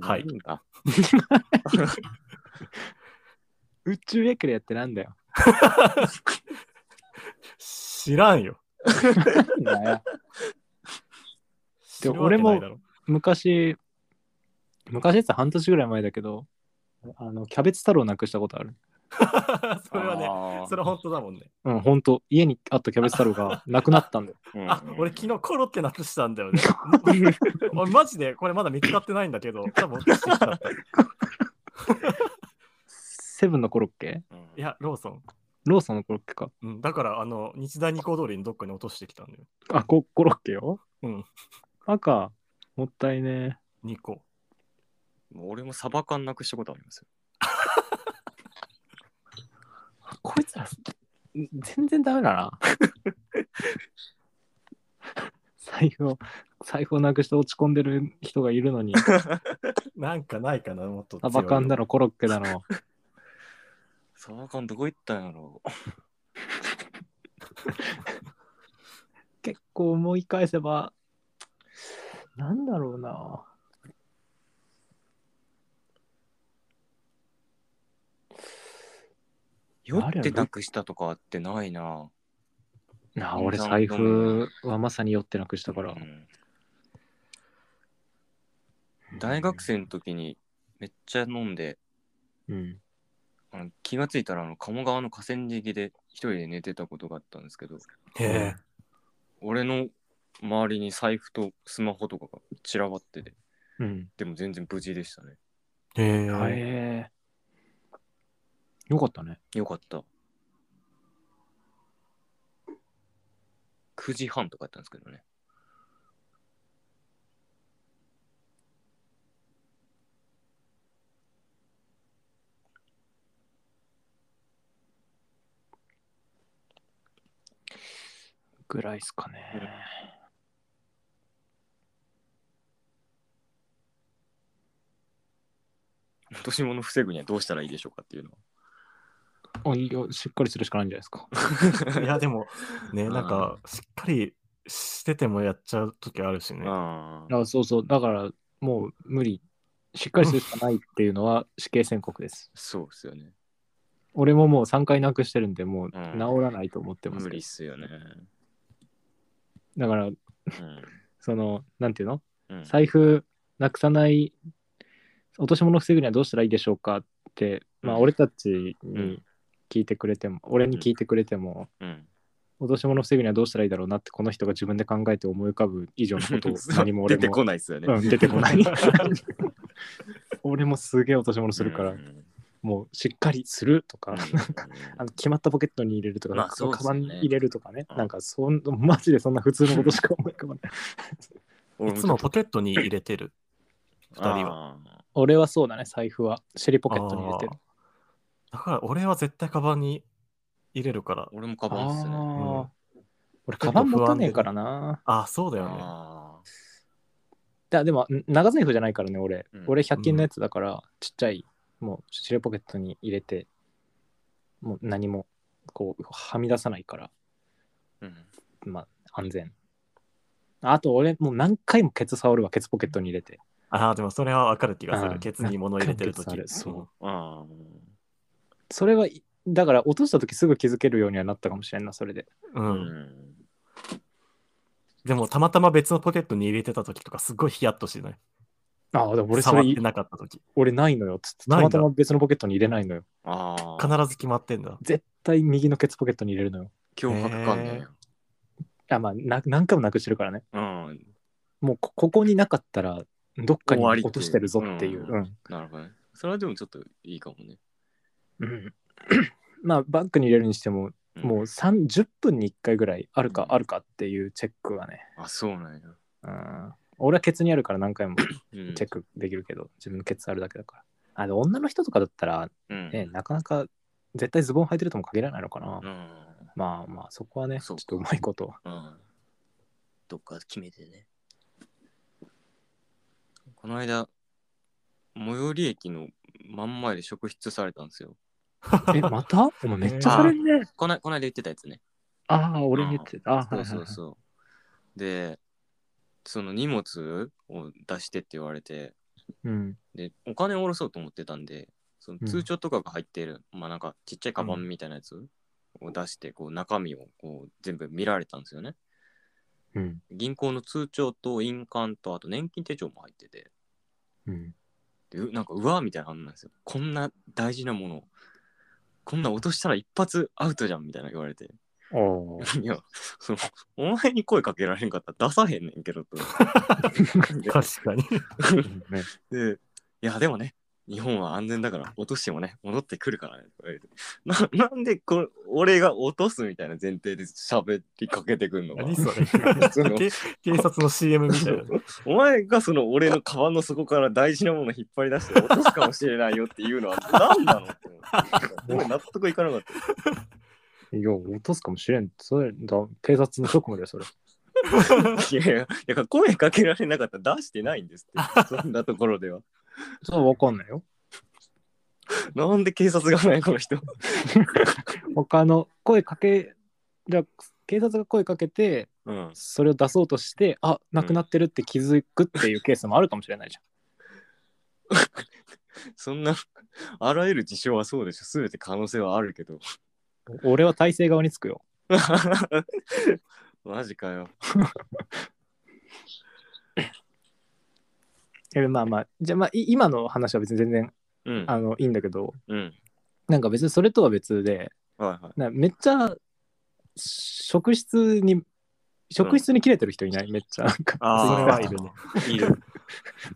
Speaker 3: は
Speaker 1: はいい。
Speaker 2: 宙エクレアってなんだよ。
Speaker 1: 知らんよ。
Speaker 2: なんだよ
Speaker 1: 知るわけないだろ
Speaker 2: 昔、昔って半年ぐらい前だけど、あの、キャベツ太郎なくしたことある。
Speaker 1: それはね、
Speaker 3: ね
Speaker 1: それは本当だもんね。
Speaker 2: うん、ほんと、家にあったキャベツ太郎がなくなったんだよ。
Speaker 1: あ、俺昨日コロッケなくしたんだよね。 俺マジでこれまだ見つかってないんだけど、多分落としてきたった。い
Speaker 2: セブンのコロッケ
Speaker 3: いや、
Speaker 1: や、ローソン。
Speaker 2: ローソンのコロッケか。
Speaker 1: うん、だから、あの、日大二高通りにどっかに落としてきたんだよ。
Speaker 2: あ、ココロッケよ。
Speaker 1: うん。
Speaker 2: 赤、もったいね
Speaker 1: 2個。
Speaker 3: もう俺もサバ缶なくしたことありますよ。
Speaker 2: え。こいつら、全然ダメだな。 財布を、財布をなくして落ち込んでる人がいるの に、
Speaker 1: なんかないかな、もっと強
Speaker 2: サ
Speaker 1: い。
Speaker 2: バ缶だろ、コロッケだろ。
Speaker 3: サバ缶どこ行ったんやろ
Speaker 2: 結構思い返せば、なんだろうな。
Speaker 3: 酔ってなくしたとかってないな。
Speaker 2: なあ俺財布はまさに酔ってなくしたから
Speaker 3: う。ん大学生の時にめっちゃ飲んで、
Speaker 2: うん。
Speaker 3: あの気がついたらあの鴨川の河川敷で一人で寝てたことがあったんですけど、
Speaker 1: へえ。
Speaker 3: 俺の周りに財布とスマホとかが散らばってて、
Speaker 2: うん。
Speaker 3: でも全然無事でしたね。
Speaker 1: へえ。
Speaker 2: へえよかったね。
Speaker 3: よかった。9時半とかやったんですけどね。
Speaker 2: ぐらいですかね。
Speaker 3: 落とし物防ぐにはどうしたらいいでしょうかっていうのは。
Speaker 2: おいやしっかりするしかないんじゃないですか。
Speaker 1: いや、でも、ね、
Speaker 3: うん
Speaker 1: なんか、しっかりしててもやっちゃう時あるしね。
Speaker 3: ああ。
Speaker 2: あそうそう。だから、もう無理。しっかりするしかないっていうのは死刑宣告です。
Speaker 3: そうですよね。
Speaker 2: 俺ももう3回なくしてるんで、もう治
Speaker 3: うん
Speaker 2: らないと思ってます
Speaker 3: 無
Speaker 2: け
Speaker 3: 理
Speaker 2: ど
Speaker 3: っ。すよね。
Speaker 2: だから、
Speaker 3: うん
Speaker 2: その、なんていうの
Speaker 3: うん
Speaker 2: 財布なくさない落とし物を防ぐにはどうしたらいいでしょうかって、まあ、
Speaker 3: うん
Speaker 2: 俺たち
Speaker 3: う
Speaker 2: に
Speaker 3: ん
Speaker 2: 聞いてくれても、俺に聞いてくれても、
Speaker 3: うん
Speaker 2: 落とし物を防ぐにはどうしたらいいだろうなってこの人が自分で考えて思い浮かぶ以上の ことを何も俺
Speaker 3: 出
Speaker 2: も
Speaker 3: てこないっすよね。
Speaker 2: うん、出てこない 俺もすげえ落とし物するから、
Speaker 3: うんうん
Speaker 2: もうしっかりするとか、あ
Speaker 3: あ
Speaker 2: の決まったポケットに入れるとか、
Speaker 3: まあそうっ
Speaker 2: カ
Speaker 3: す
Speaker 2: バ
Speaker 3: よ
Speaker 2: ン
Speaker 3: ね
Speaker 2: に入れるとかね、
Speaker 3: うん
Speaker 2: なんかそんマジでそんな普通のことしか思い浮かばない
Speaker 1: いつもポケットに入れてる。二人は。
Speaker 3: は。あ
Speaker 2: 俺はそうだね財布は尻ポケットに入れてる
Speaker 1: だから、俺は絶対カバンに入れるから
Speaker 3: ー。俺もカバンっすね。
Speaker 2: あー俺、
Speaker 1: ちょ
Speaker 2: カ
Speaker 1: っと不安で
Speaker 2: バン持たねえからな。
Speaker 1: あ、そうだよね。
Speaker 3: あー
Speaker 2: だでも、ん長財布じゃないからね、俺。
Speaker 3: うん
Speaker 2: 俺、100均のやつだから、ちっちゃい、もう、尻ポケットに入れて、もう何も、こう、はみ出さないから、
Speaker 3: うん
Speaker 2: まあ、安全。あと、俺、もう何回もケツ触るわ、ケツポケットに入れて。
Speaker 1: ああ、でもそれはわかる気がす
Speaker 2: うん
Speaker 1: る。ケツに物入れてるとき
Speaker 2: なんか。ケツあるそう
Speaker 3: あ
Speaker 2: それは、いだから、落とした時すぐ気づけるようにはなったかもしれんな、それで。
Speaker 1: う。
Speaker 3: ー。うんん。
Speaker 1: でも、たまたま別のポケットに入れてたときとか、すごいヒヤッとしない。
Speaker 2: ああ、でも俺、そ
Speaker 1: 触っ
Speaker 2: れ、
Speaker 1: てなかったとき。
Speaker 2: 俺ないのよ、つって。た
Speaker 1: ないん
Speaker 2: ま
Speaker 1: だ
Speaker 2: たま別のポケットに入れないのよ。
Speaker 3: ああ。
Speaker 1: 必ず決まってんだ。
Speaker 2: 絶対右のケツポケットに入れるのよ。
Speaker 3: 脅迫観念や
Speaker 2: あ、まあ、な何回もなくしてるからね。
Speaker 3: うん。
Speaker 2: もうこここになかったらどっかに
Speaker 3: 終わりっていう
Speaker 2: 落としてるぞっていう。
Speaker 3: う
Speaker 2: うん
Speaker 3: なるほどね。それはでもちょっといいかもね。
Speaker 2: うん、 まあバッグに入れるにしても、
Speaker 3: ん
Speaker 2: もう30分に1回ぐらいあるか
Speaker 3: うん
Speaker 2: あるかっていうチェックがね。
Speaker 3: あ、そうなんや。
Speaker 2: うん、俺はケツにあるから何回も
Speaker 3: うん
Speaker 2: チェックできるけど、自分のケツあるだけだから。あの女の人とかだったら、
Speaker 3: うん
Speaker 2: ね、なかなか絶対ズボン履いてるとも限らないのかな。
Speaker 3: うん。
Speaker 2: まあまあそこはね、ちょ
Speaker 3: そう
Speaker 2: っ
Speaker 3: か
Speaker 2: とうまい こと。
Speaker 3: うん。どっか決めてね。この間、最寄り駅の真ん前で職質されたんですよ。
Speaker 2: え、またお前めっちゃそれね。
Speaker 3: こないこの間言ってたやつね。
Speaker 2: ああ、俺に言ってた。あー
Speaker 3: そ
Speaker 2: は
Speaker 3: う
Speaker 2: いはい
Speaker 3: そ
Speaker 2: は
Speaker 3: う
Speaker 2: い
Speaker 3: そう。で、その荷物を出してって言われて、
Speaker 2: うん。
Speaker 3: で、お金を下ろそうと思ってたんで、その
Speaker 2: うん
Speaker 3: 通帳とかが入っている、まあなんかちっちゃいカバンみたいなやつを出して、こう中身をこう全部見られたんですよね。
Speaker 2: うん。
Speaker 3: 銀行の通帳と印鑑とあと年金手帳も入ってて、
Speaker 2: うん。
Speaker 3: でうなんかうわーみたいなのあんなんですよ。こんな大事なものを、こんな落としたら一発アウトじゃんみたいな言われて。
Speaker 2: ああ。
Speaker 3: いや、その、お前に声かけられんかったら出さへんねんけどと。
Speaker 1: 確かに。
Speaker 2: ね、
Speaker 3: で、いや、でもね、日本は安全だから、落としてもね、戻ってくるからね、とか言われてななんでこれ、俺が落とすみたいな前提で喋りかけてくんのか
Speaker 1: 何それ
Speaker 3: その
Speaker 1: け 警察の CM みた いな。
Speaker 3: お前がその俺のカバンの底から大事なもの引っ張り出して落とすかもしれないよっていうのは何なのって思う俺納得いかなかっ た。
Speaker 2: いや、落とすかもしれん。それ、だ警察の職務でそれ。
Speaker 3: いやいや、だから声かけられなかったら出してないんです って、そんなところでは。
Speaker 2: それはわかんないよ。
Speaker 3: なんで警察がないこの人。
Speaker 2: 他の声かけ、じゃあ警察が声かけて、
Speaker 3: うん。
Speaker 2: それを出そうとして、あ、なくなってるって気づくっていうケースもあるかもしれないじ
Speaker 3: そんな、あらゆる事象はそうでしょ。すべて可能性はあるけど。
Speaker 2: ゃん。俺は体制側につくよ。
Speaker 3: マジかよ。
Speaker 2: えまあまあ、じゃあまあ、い今の話は別に全然
Speaker 3: うん。
Speaker 2: あのいいんだけど、
Speaker 3: うん。
Speaker 2: なんか別にそれとは別で、
Speaker 3: はいはい。
Speaker 2: なめっちゃ職質に、職質に切れてる人いない、めっちゃ。なんか
Speaker 3: あー
Speaker 1: それはいるね。
Speaker 3: いる。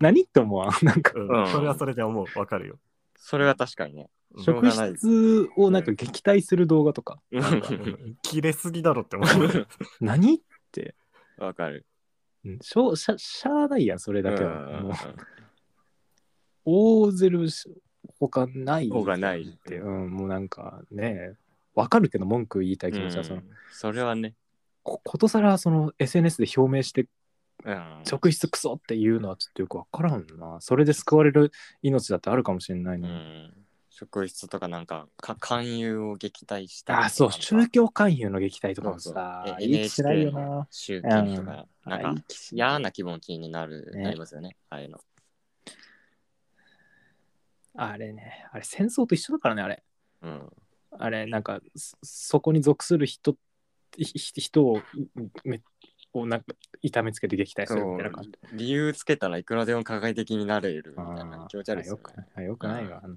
Speaker 2: 何って思わん。 なんか、
Speaker 1: う。
Speaker 3: うんん
Speaker 1: それはそれで思う。わか るよ。
Speaker 3: それは確かにね。
Speaker 1: うん
Speaker 3: しょ
Speaker 2: 職質をなんか撃退する動画とか、
Speaker 3: う
Speaker 1: なんかうんん切れすぎだろって思 う。
Speaker 2: 何
Speaker 3: わかる。
Speaker 2: うんしょうしゃしゃあないやん、それだけは。もう
Speaker 3: う
Speaker 2: 大ゼルし他ない。
Speaker 3: ん。方がないっ
Speaker 2: って、
Speaker 3: て。
Speaker 2: うん、もうなんかね、わかるけど文句言いたい気持ちは、その
Speaker 3: うんそれはね。
Speaker 2: こことさらその SNS で表明して
Speaker 3: うん。
Speaker 2: 直筆クソっていうのはちょっとよくわからんな。それで救われる命だってあるかもしれないの
Speaker 3: う
Speaker 2: に。
Speaker 3: ん。職質とかなんかか勧誘を撃退した
Speaker 2: ああ、そう、宗教勧誘の撃退とかも
Speaker 3: そうそう
Speaker 2: さ、
Speaker 3: え
Speaker 2: いい気しないよ
Speaker 3: NHK
Speaker 2: な。
Speaker 3: 集金とか、
Speaker 2: うん
Speaker 3: な
Speaker 2: あ
Speaker 3: ん
Speaker 2: いい
Speaker 3: か嫌な気持ちになる、
Speaker 2: ね
Speaker 3: なりますよね。ああいうの。
Speaker 2: あれね、あれ戦争と一緒だからね、あれ。
Speaker 3: うん。
Speaker 2: あれ、なんか、そそこに属する人、ひひ人を、めをなんか、痛めつけて撃退するみたいな感じ。
Speaker 3: 理由つけたらいくらでも加害的になれるみたいな気持ち悪いです
Speaker 2: よ
Speaker 3: よね、
Speaker 2: くないあよくないわ。あの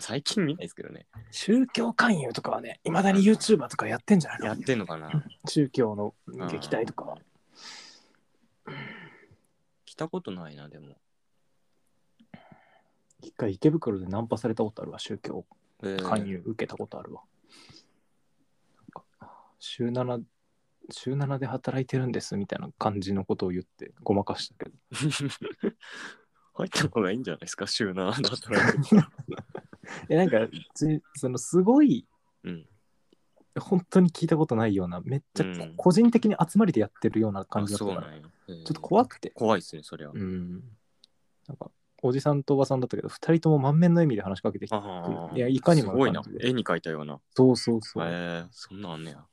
Speaker 3: 最近見ないですけどね。
Speaker 2: 宗教勧誘とかはね、いまだに YouTuber とかやってんじゃない
Speaker 3: や
Speaker 2: の
Speaker 3: ってんのかな
Speaker 2: 宗教の撃退とかは。
Speaker 3: 来たことないな、でも。
Speaker 2: 一回池袋でナンパされたことあるわ、宗教
Speaker 3: えー
Speaker 2: 勧誘受けたことあるわ。なんか週7、週7で働いてるんですみたいな感じのことを言ってごまかしたけど。
Speaker 3: 入った方がいいんじゃないですか、週7だっ たら。
Speaker 2: えなんかじそのすごい
Speaker 3: うん。
Speaker 2: 本当に聞いたことないようなめっちゃ
Speaker 3: うん
Speaker 2: 個人的に集まりでやってるような感
Speaker 3: あ
Speaker 2: じだった
Speaker 3: そう
Speaker 2: から、
Speaker 3: なんや。ち
Speaker 2: ちょ
Speaker 3: ょ
Speaker 2: っと怖くて、
Speaker 3: 怖いっすね、それは。
Speaker 2: うん、なんかおじさんとおばさんだったけど2人とも満面の笑みで話しかけてきて
Speaker 3: ああ
Speaker 2: いやいかにも
Speaker 3: すごいな
Speaker 2: 感じ。で
Speaker 3: 絵に描いたような。
Speaker 2: そうそう
Speaker 3: え
Speaker 2: そう、
Speaker 3: ー、そんなんあんねや。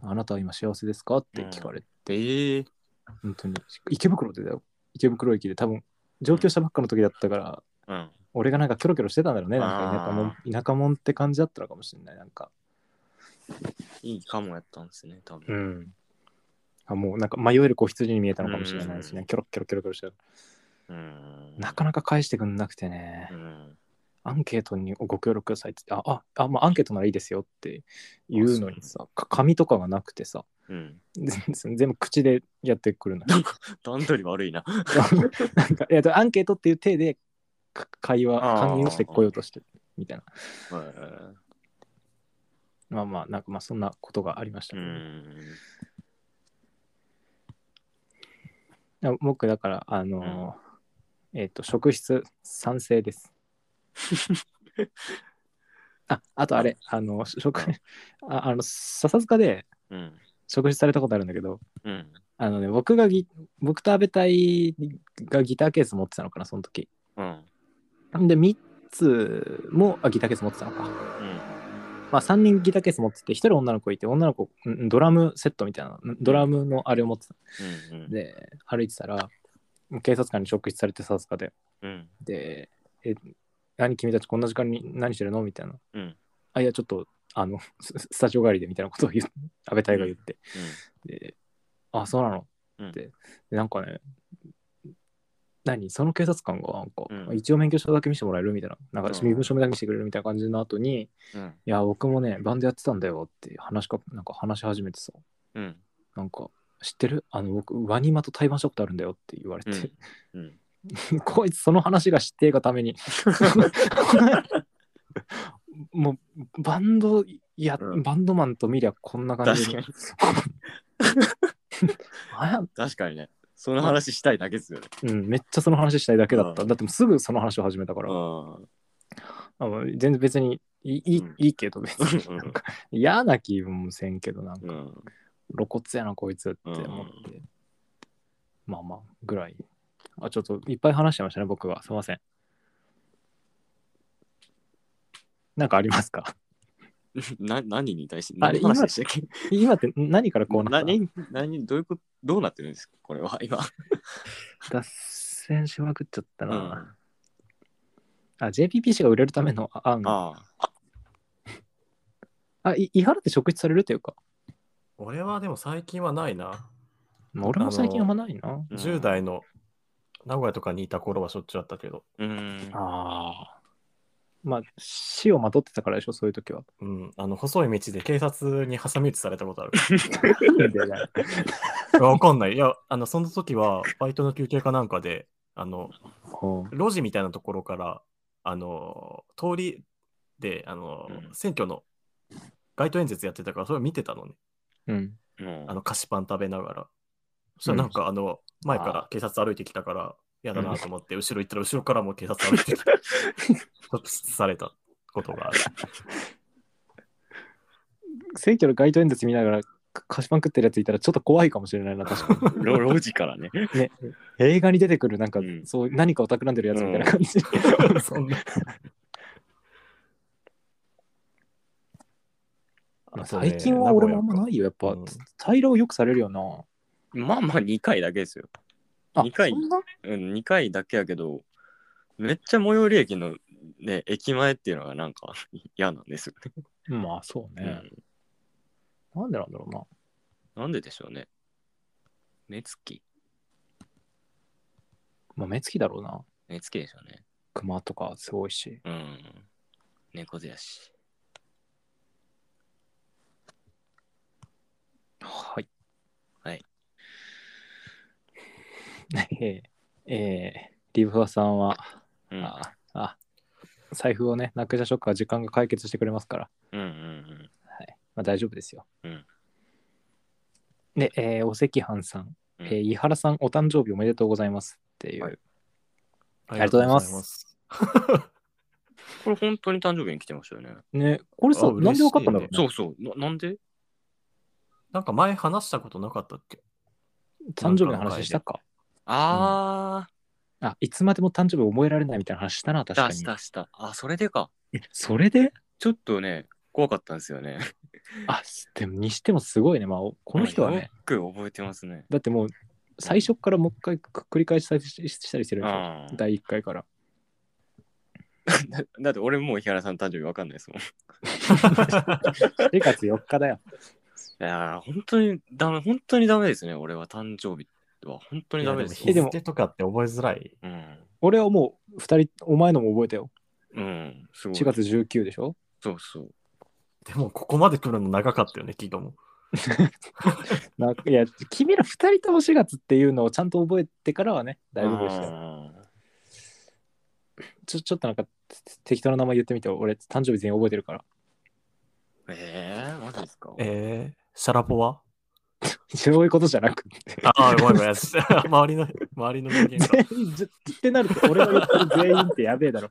Speaker 2: あなたは今幸せですかって聞かれて、
Speaker 3: でえー、
Speaker 2: 本当に池袋でだよ池袋駅で多分上京したばっかの時だったから、
Speaker 3: うん。
Speaker 2: 俺がなんかキョロキョロしてたんだろうねなんか田舎も
Speaker 3: あ
Speaker 2: ん田舎もんって感じだったのかもしれないなんか
Speaker 3: いいかもやったんですね、多分。
Speaker 2: んあもうなんか迷える子羊に見えたのかもしれないですね、
Speaker 3: うん
Speaker 2: キョロキョロキョロキョロして
Speaker 3: うん。
Speaker 2: なかなか返してくんなくてね、
Speaker 3: うん。
Speaker 2: アンケートにご協力くださいって言って、あ、あ、あまあ、アンケートならいいですよって言うのにさ、か紙とかがなくてさ、
Speaker 3: うん。
Speaker 2: 全部口でやってくるの。
Speaker 3: 段取り悪 いな。
Speaker 2: なんか、えっと、アンケートっていう体でか会話、
Speaker 3: あー
Speaker 2: 勧誘してこようとしてみたいな。
Speaker 3: えー
Speaker 2: まあまあ、なんかまあ、そんなことがありました
Speaker 3: う
Speaker 2: けど、
Speaker 3: ん。
Speaker 2: あ僕、だから、あのーえっ、と、職質賛成 です。あ、あとあれ、あの、職、ああの、笹塚で
Speaker 3: うん。
Speaker 2: 職質されたことあるんだけど、
Speaker 3: うん。
Speaker 2: あのね、僕がギ、僕と安倍隊がギターケース持ってたのかな、その時。
Speaker 3: うん。
Speaker 2: で、3つも、あ、ギターケース持ってたのか。
Speaker 3: うん。
Speaker 2: まあ、3人ギターケース持ってて、1人女の子いて、女の子、んドラムセットみたいな、んドラムのあれを持ってた
Speaker 3: うん
Speaker 2: ん。で、歩いてたら、警察官に職質されて、さすがで。
Speaker 3: うん。
Speaker 2: で、え、何君たちこんな時間に何してるのみたいな。
Speaker 3: うん
Speaker 2: あ、いや、ちょっと、あの、ススタジオ帰りでみたいなことを言う、 安倍隊が言って。で、あ、そうなの
Speaker 3: うん
Speaker 2: って。で、なんかね、何その警察官が、なんか、
Speaker 3: うん
Speaker 2: 一応免許証だけ見せてもらえるみたいな、なんか
Speaker 3: うん
Speaker 2: 身分証明だけ見せてくれるみたいな感じの後に、い
Speaker 3: うん
Speaker 2: や、僕もね、バンドやってたんだよって話しか、なんか話し始めてさ、
Speaker 3: うん
Speaker 2: なんか、知ってるあの、僕、ワニマと対バンしたことあるんだよって言われて、
Speaker 3: うん
Speaker 2: こいつその話が知ってえがた めにもうバンドいや、
Speaker 3: うん
Speaker 2: バンドマンと見りゃこんな感じ あや
Speaker 3: 確かにねその話したいだけですよね
Speaker 2: うん、めっちゃその話したいだけだった、
Speaker 3: う
Speaker 2: だってもうすぐその話を始めたから、
Speaker 3: あ
Speaker 2: あの全然別にいいいい,、
Speaker 3: うん
Speaker 2: いいけど別に
Speaker 3: うん
Speaker 2: なんか嫌な気もせんけどなんか
Speaker 3: うん
Speaker 2: 露骨やなこいつって思って、まあまあぐらいあちょっといっぱい話してましたね僕はすいませんなんかありますか
Speaker 3: な何に対して
Speaker 2: あれ
Speaker 3: 何の話でしたっけ
Speaker 2: 今って何からこうなった
Speaker 3: 何何どういうことどうなってるんですかこれは今、
Speaker 2: 脱線しまくっちゃった
Speaker 3: うん、
Speaker 2: な、
Speaker 3: あ
Speaker 2: あ JPPC が売れるための案あ
Speaker 3: あ
Speaker 2: い井原って職質されるというか、
Speaker 1: 俺はでも最近はないな。
Speaker 2: まあ、俺も最近あんまないな
Speaker 3: うん
Speaker 1: 10代の名古屋とかにいた頃はしょっちゅうあったけど、
Speaker 3: うん
Speaker 2: あーまあ死をまとってたからでしょそういう時 は
Speaker 1: うん、あの細い道で警察に挟み撃ちされたことある。
Speaker 2: なんでだよ
Speaker 1: いやわかんない。いや、あの、その時は、バイトの休憩かなんかで、あの、
Speaker 2: ほ
Speaker 1: 路地みたいなところから、あの、通りで、あの、
Speaker 3: うん
Speaker 1: 選挙の街頭演説やってたから、それを見てたのね。
Speaker 2: ううん
Speaker 3: うん
Speaker 1: あの、菓子パン食べながら。そしたらなんか、あの、前から警察歩いてきたから、嫌だなと思って、後ろ行ったら、後ろからも警察歩 いてきた。突出されたことがある。
Speaker 2: 選挙の街頭演説見ながらか菓子パン食ってるやついたらちょっと怖いかもしれないな 確か
Speaker 3: ロ ロジからね
Speaker 2: にね映画に出てくるなんか、
Speaker 3: うん
Speaker 2: そう何かを企んでるやつみたいな感じ、
Speaker 1: そんな。
Speaker 2: まあ
Speaker 1: そうね
Speaker 2: 最近は俺もあんまないよやっぱ、
Speaker 1: うん
Speaker 2: 平らをよくされるよな
Speaker 3: まあまあ2回だけですよ
Speaker 2: あ
Speaker 3: 二回
Speaker 2: そんな
Speaker 3: うん、2回だけやけど、めっちゃ最寄り駅の、ね、駅前っていうのがなんか嫌なんですよ
Speaker 2: まあそうね、なんでなんだろうな
Speaker 3: うん。なんででしょうね。目つき
Speaker 2: まあ目つきだろうな
Speaker 3: 目つきでしょうね。
Speaker 2: 熊とかすごいし
Speaker 3: うん。猫背やし。
Speaker 2: はい
Speaker 3: はい
Speaker 2: えーえーリブフワさんは、
Speaker 3: うん。うん
Speaker 2: ああ財布をねなくしたショックは時間が解決してくれますから
Speaker 3: うんうん。
Speaker 2: まあ、大丈夫ですよ。
Speaker 3: うん
Speaker 2: で、えーお赤飯さん、
Speaker 3: うん
Speaker 2: えー井原さん、お誕生日おめでとうございますっていう。
Speaker 1: はいあ
Speaker 2: りがとうございます
Speaker 1: す。
Speaker 3: これ本当に誕生日に来てましたよね。
Speaker 2: ね、これさ、
Speaker 1: あ嬉しい
Speaker 2: なんで分かったんだろうね。
Speaker 3: そうそう。ななんで
Speaker 1: なんか前話したことなかったっけ
Speaker 2: 誕生日の話したか。
Speaker 3: あ
Speaker 2: あ、いつまでも誕生日覚えられないみたいな話したな、
Speaker 3: ー、
Speaker 2: 確か
Speaker 3: 出
Speaker 2: に
Speaker 3: し。たした。あ、それでか。
Speaker 2: それで
Speaker 3: ちょっとね、怖かったんですよ ね。
Speaker 2: あ、でもにしてもすごいね。まあ、おこの人はね、
Speaker 3: よく覚えてますね。
Speaker 2: だってもう最初からもう一回く繰り返したりししたりしてるでしょ。
Speaker 3: あー
Speaker 2: 第1回から。
Speaker 3: だだって俺もう日原さんの誕生日わかんないですもん。
Speaker 2: 4月4日だよ。
Speaker 3: いやー本当にダメ、本当にダメですね。俺は誕生日は本当にダメです。
Speaker 1: いや
Speaker 2: え
Speaker 1: で
Speaker 2: で
Speaker 1: も
Speaker 2: も
Speaker 1: 日付とかって覚えづらい。
Speaker 3: うん。
Speaker 2: 俺はもう2人、お前のも覚えたよ。
Speaker 3: うん。すごい。
Speaker 2: 4月19でしょ
Speaker 3: そうそう。
Speaker 1: でも、ここまで来るの長かったよね、昨日も。
Speaker 2: なんかいや、君ら二人とも4月っていうのをちゃんと覚えてからはね、大丈夫でしたよ。
Speaker 3: あー
Speaker 2: ちょちょっとなんかて適当な名前言ってみて、俺、誕生日全員覚えてるから。
Speaker 3: えー、マジですか
Speaker 1: えー、シャラポは
Speaker 2: そういうことじゃなくて。
Speaker 1: ああ、ごめんごめん。 周りの、周りの人間が。
Speaker 2: 全員じゃってなると、俺が言ってる全員ってやべえだろ。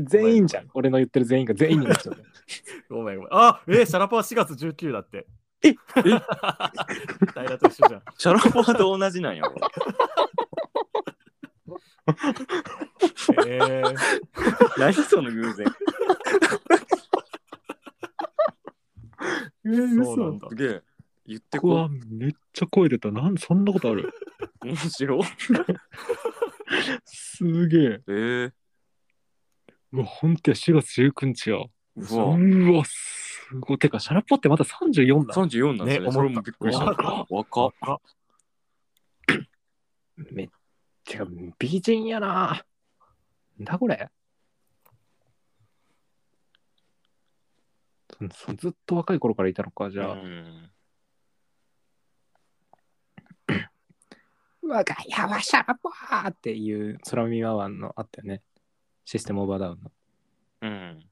Speaker 2: 全員じゃん。俺の言ってる全員が全員になっちゃう。
Speaker 1: ごめんごめん。あえー、シャラポは4月19だって。
Speaker 2: ええ
Speaker 1: 平と一緒じゃん。
Speaker 3: シャラポワと同じなんや、俺。
Speaker 1: えー、
Speaker 3: 何その偶然。
Speaker 2: え
Speaker 1: そうなんだ
Speaker 3: す。げえ。言って
Speaker 2: ここ
Speaker 3: こ
Speaker 2: はめっちゃ声出た。なんそんなことある
Speaker 3: う。面白い。
Speaker 2: すげえ。
Speaker 3: えー、
Speaker 2: うわ、ほんとや、4月19日や。
Speaker 3: う
Speaker 2: う
Speaker 3: わ。
Speaker 2: わ、すごい。てか、シャラポってまだ34だ。
Speaker 3: 34なんですね。
Speaker 1: ね
Speaker 3: それもびっくりした。
Speaker 1: 思っ
Speaker 3: 若っ。
Speaker 1: あ
Speaker 2: めてか、美人やな。なんだこれそそずっと若い頃からいたのか、じゃあ。
Speaker 3: うん
Speaker 2: 我が家はシャラポーっていう空耳アワーのあったよね。システムオーバーダウンの。
Speaker 3: うん。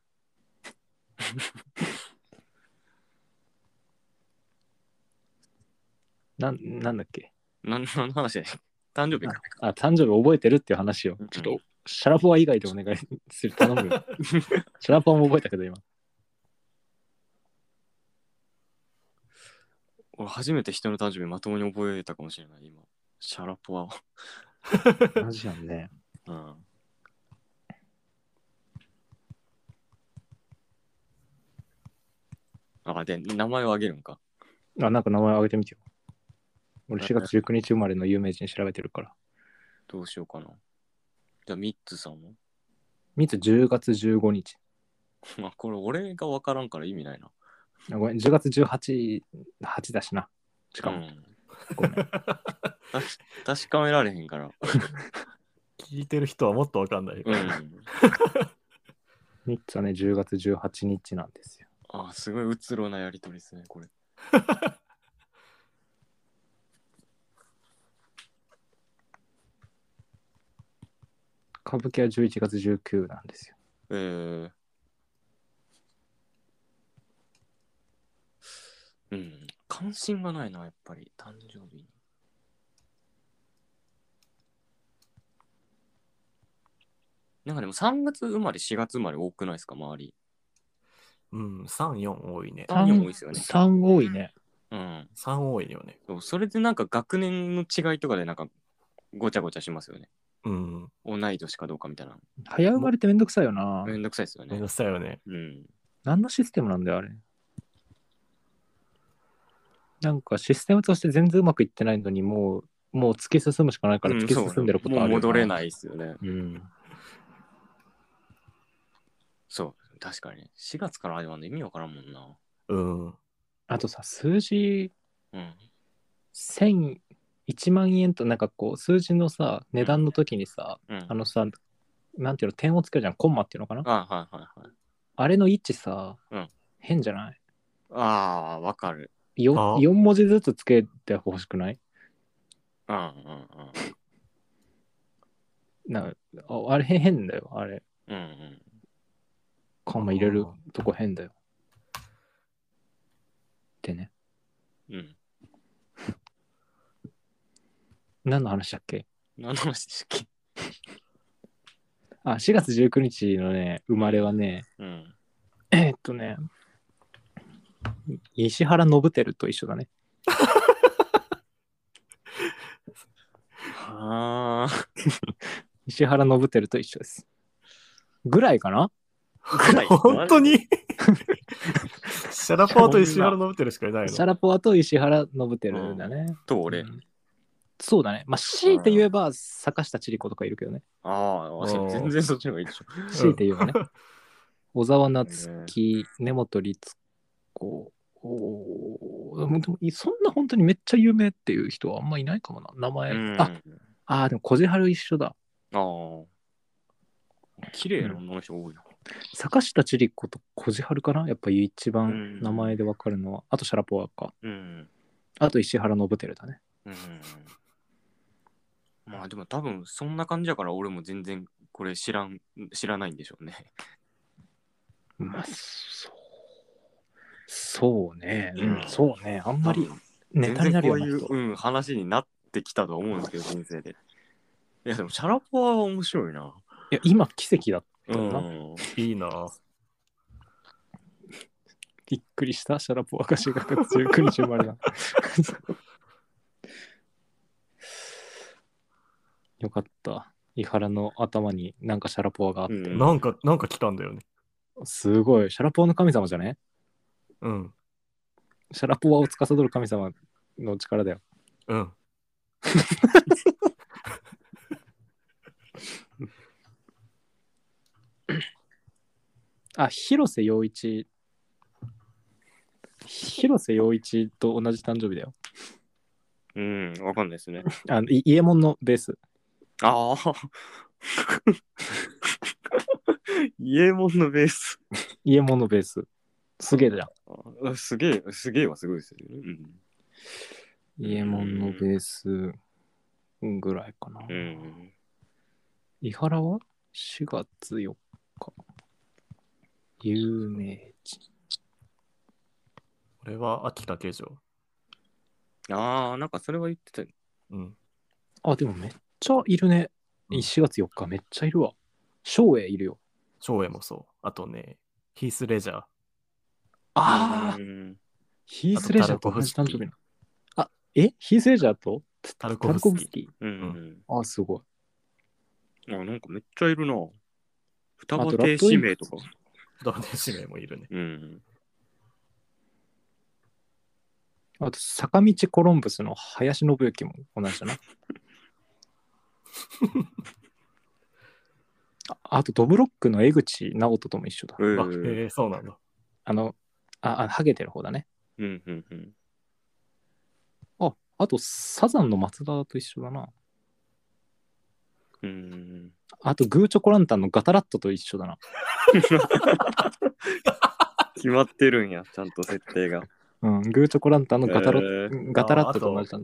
Speaker 2: なんなんだっけ
Speaker 3: 何何の話だっけ 誕生日か。
Speaker 2: あ、誕生日覚えてるっていう話を
Speaker 3: うん。
Speaker 2: ちょっと、シャラポワ以外でお願いする。頼む よ。シャラポワも覚えたけど、今。
Speaker 3: 俺初めて人の誕生日まともに覚えたかもしれない、今。シャラポワを。
Speaker 2: マジやんね。
Speaker 3: うん。あ、で、名前をあげるんか。
Speaker 2: あ、なんか名前挙げてみてよ。俺4月19日生まれの有名人調べてるから。
Speaker 3: どうしようかな。じゃあ、ミッツさんも。
Speaker 2: ミツ10月15日。
Speaker 3: まあ、これ俺がわからんから意味ないな。
Speaker 2: あごめん、10月18、8だしな。しか
Speaker 3: う
Speaker 2: も、
Speaker 3: ん、
Speaker 2: ごめん。
Speaker 3: 確かめられへんから。
Speaker 1: 聞いてる人はもっとわかんないよ。
Speaker 3: うん。
Speaker 2: ミッツはね、10月18日なんですよ。
Speaker 3: あ、すごいうつろなやりとりですね、これ。
Speaker 2: 歌舞伎は11月19なんですよ。
Speaker 3: えー。うん。関心がないな、やっぱり。誕生日に。なんかでも3月生まれ、4月生まれ多くないですか、周り。
Speaker 1: うん、3、4多いね。
Speaker 3: 単位多いですよね
Speaker 2: 3多いね。
Speaker 3: うん。
Speaker 1: 3多いよね。
Speaker 3: そうそれでなんか学年の違いとかでなんかごちゃごちゃしますよね。
Speaker 1: うん。
Speaker 3: 同い年かどうかみたいな。
Speaker 2: 早生まれってめんどくさいよな。
Speaker 3: めんどくさいですよ
Speaker 1: めん
Speaker 3: ね
Speaker 1: ど。くさいよね。
Speaker 3: うん。
Speaker 2: 何のシステムなんだよ、あれ。なんかシステムとして全然うまくいってないのに、もう、もう突き進むしかないから
Speaker 3: う
Speaker 2: 突
Speaker 3: ん
Speaker 2: き
Speaker 3: そう
Speaker 2: 進んでることあるよ、
Speaker 3: もう戻れないですよね。
Speaker 2: うん。
Speaker 3: そう、確かに。4月から始まるの意味わからんもんな。
Speaker 1: うん。
Speaker 2: あとさ、数字
Speaker 3: うん。
Speaker 2: 1000 1万円となんかこう数字のさ値段の時にさ、
Speaker 3: うん。
Speaker 2: あのさなんていうの点をつけるじゃんコンマっていうのかなあ
Speaker 3: あはいはいはい。
Speaker 2: れの位置さ、
Speaker 3: うん
Speaker 2: 変じゃない
Speaker 3: ああ、わかる。
Speaker 1: あ
Speaker 2: 4, 四文字ずつつけてほしくない
Speaker 3: うんうん
Speaker 2: なんかああれ変変だよあれ
Speaker 3: うん。うんうん。
Speaker 2: コンマ入れるとこ変だよってね
Speaker 3: うん。
Speaker 2: 何の話だっけ
Speaker 3: 何の話でしたっ
Speaker 2: あ4月19日のね生まれはね
Speaker 3: けうん。
Speaker 2: えーっとね石原伸晃と一緒だね
Speaker 3: はあ。
Speaker 2: 石原伸晃と一緒です。ぐらいかな
Speaker 1: 本当に シャラパーと石原伸晃しかいない
Speaker 2: シ
Speaker 1: の
Speaker 2: ャ。ラポワと石原伸晃だね。
Speaker 3: と俺。
Speaker 2: うんそうだね。まあ、強いて言えば、坂下千里子とかいるけどね。
Speaker 3: ああ、
Speaker 1: うん
Speaker 3: 全然そっちの方がいいでしょ。
Speaker 2: 強いて言えば ね。小沢夏樹、根本律子。おーでもそんな本当にめっちゃ有名っていう人はあんまいないかもな。名前。
Speaker 3: うん。
Speaker 2: ああー、でも小じはる一緒だ。
Speaker 3: ああ。綺麗な女の人多いな。
Speaker 2: 坂下千里子と小じはるかなやっぱ一
Speaker 3: うん
Speaker 2: 番名前でわかるのは。あとシャラポワか。
Speaker 3: うん。
Speaker 2: あと石原伸晃だね。
Speaker 3: うん。まあでも多分そんな感じやから俺も全然これ知らん、知らないんでしょうね。
Speaker 2: まあ、そう。そうね。
Speaker 3: うん
Speaker 2: うんそうね。あんまりネタになるような
Speaker 3: 全
Speaker 2: 人
Speaker 3: 然こ。ういう、うん、話になってきたと思うんですけど、人生で。いや、でも、シャラポワは面白いな。
Speaker 2: いや、今、奇跡だ。
Speaker 3: う。
Speaker 2: うん
Speaker 1: いいな。
Speaker 2: びっくりした。シャラポワが4月19日生まれだ。 よかった。伊原の頭になんかシャラポワがあって、
Speaker 3: うん
Speaker 1: なんか、なんか来たんだよね。
Speaker 2: すごい。シャラポワの神様じゃね
Speaker 1: うん。
Speaker 2: シャラポワを司る神様の力だよ。
Speaker 1: うん。
Speaker 2: あ、広瀬陽一。広瀬陽一と同じ誕生日だよ。
Speaker 3: うん、わかんないですね。
Speaker 2: あの、い伊右衛門のベース。
Speaker 3: ああ。イエモンのベース。
Speaker 2: 伊右衛門のベース。すげえじゃん。
Speaker 3: あすげえ、すげえはすごいですよね。
Speaker 2: 伊右衛門のベースぐらいかな。
Speaker 3: うん。うん、
Speaker 2: 伊原は ?4 月4日。有名人。
Speaker 1: これは秋田慶城。
Speaker 3: ああ、なんかそれは言ってたよ。
Speaker 1: うん。
Speaker 2: あ、でもめっちゃいるね。
Speaker 1: うん
Speaker 2: 4月4日めっちゃいるわ。松栄いるよ。
Speaker 1: 松江もそう。あとね、ヒースレジャー。
Speaker 2: ああ、
Speaker 3: うん
Speaker 2: ヒースレジャーと同じ誕生日なの。あ、えヒースレジャーと
Speaker 1: タル
Speaker 2: タ
Speaker 1: コ
Speaker 2: ル
Speaker 1: フ
Speaker 2: コ
Speaker 1: ス
Speaker 2: フ
Speaker 1: キ
Speaker 2: スキ
Speaker 3: うん。
Speaker 2: ー。あ、すごい。
Speaker 3: あ、なんかめっちゃいるな。双
Speaker 2: あ
Speaker 3: 葉
Speaker 2: とラ
Speaker 3: 亭
Speaker 2: ットイ
Speaker 3: 指
Speaker 2: ン
Speaker 3: 名とか。
Speaker 1: ー。ドラネシメもいるね。
Speaker 3: うん。
Speaker 2: あと、坂道コロンブスの林信之も同じだ な。ああと、ドブロックの江口直人とも一緒だ。
Speaker 3: うん
Speaker 1: あ、へえ、そうなんだ。
Speaker 2: あの、あ、あハゲてる方だね。
Speaker 3: うんうんうん。
Speaker 2: あ、あと、サザンの松田と一緒だな。
Speaker 3: うん。
Speaker 2: あと、グーチョコランタンのガタラットと一緒だな。
Speaker 3: 決まってるんや、ちゃんと設定が。
Speaker 2: うん、グーチョコランタンのガタロ、
Speaker 3: へ
Speaker 2: ガタラットと同じだ。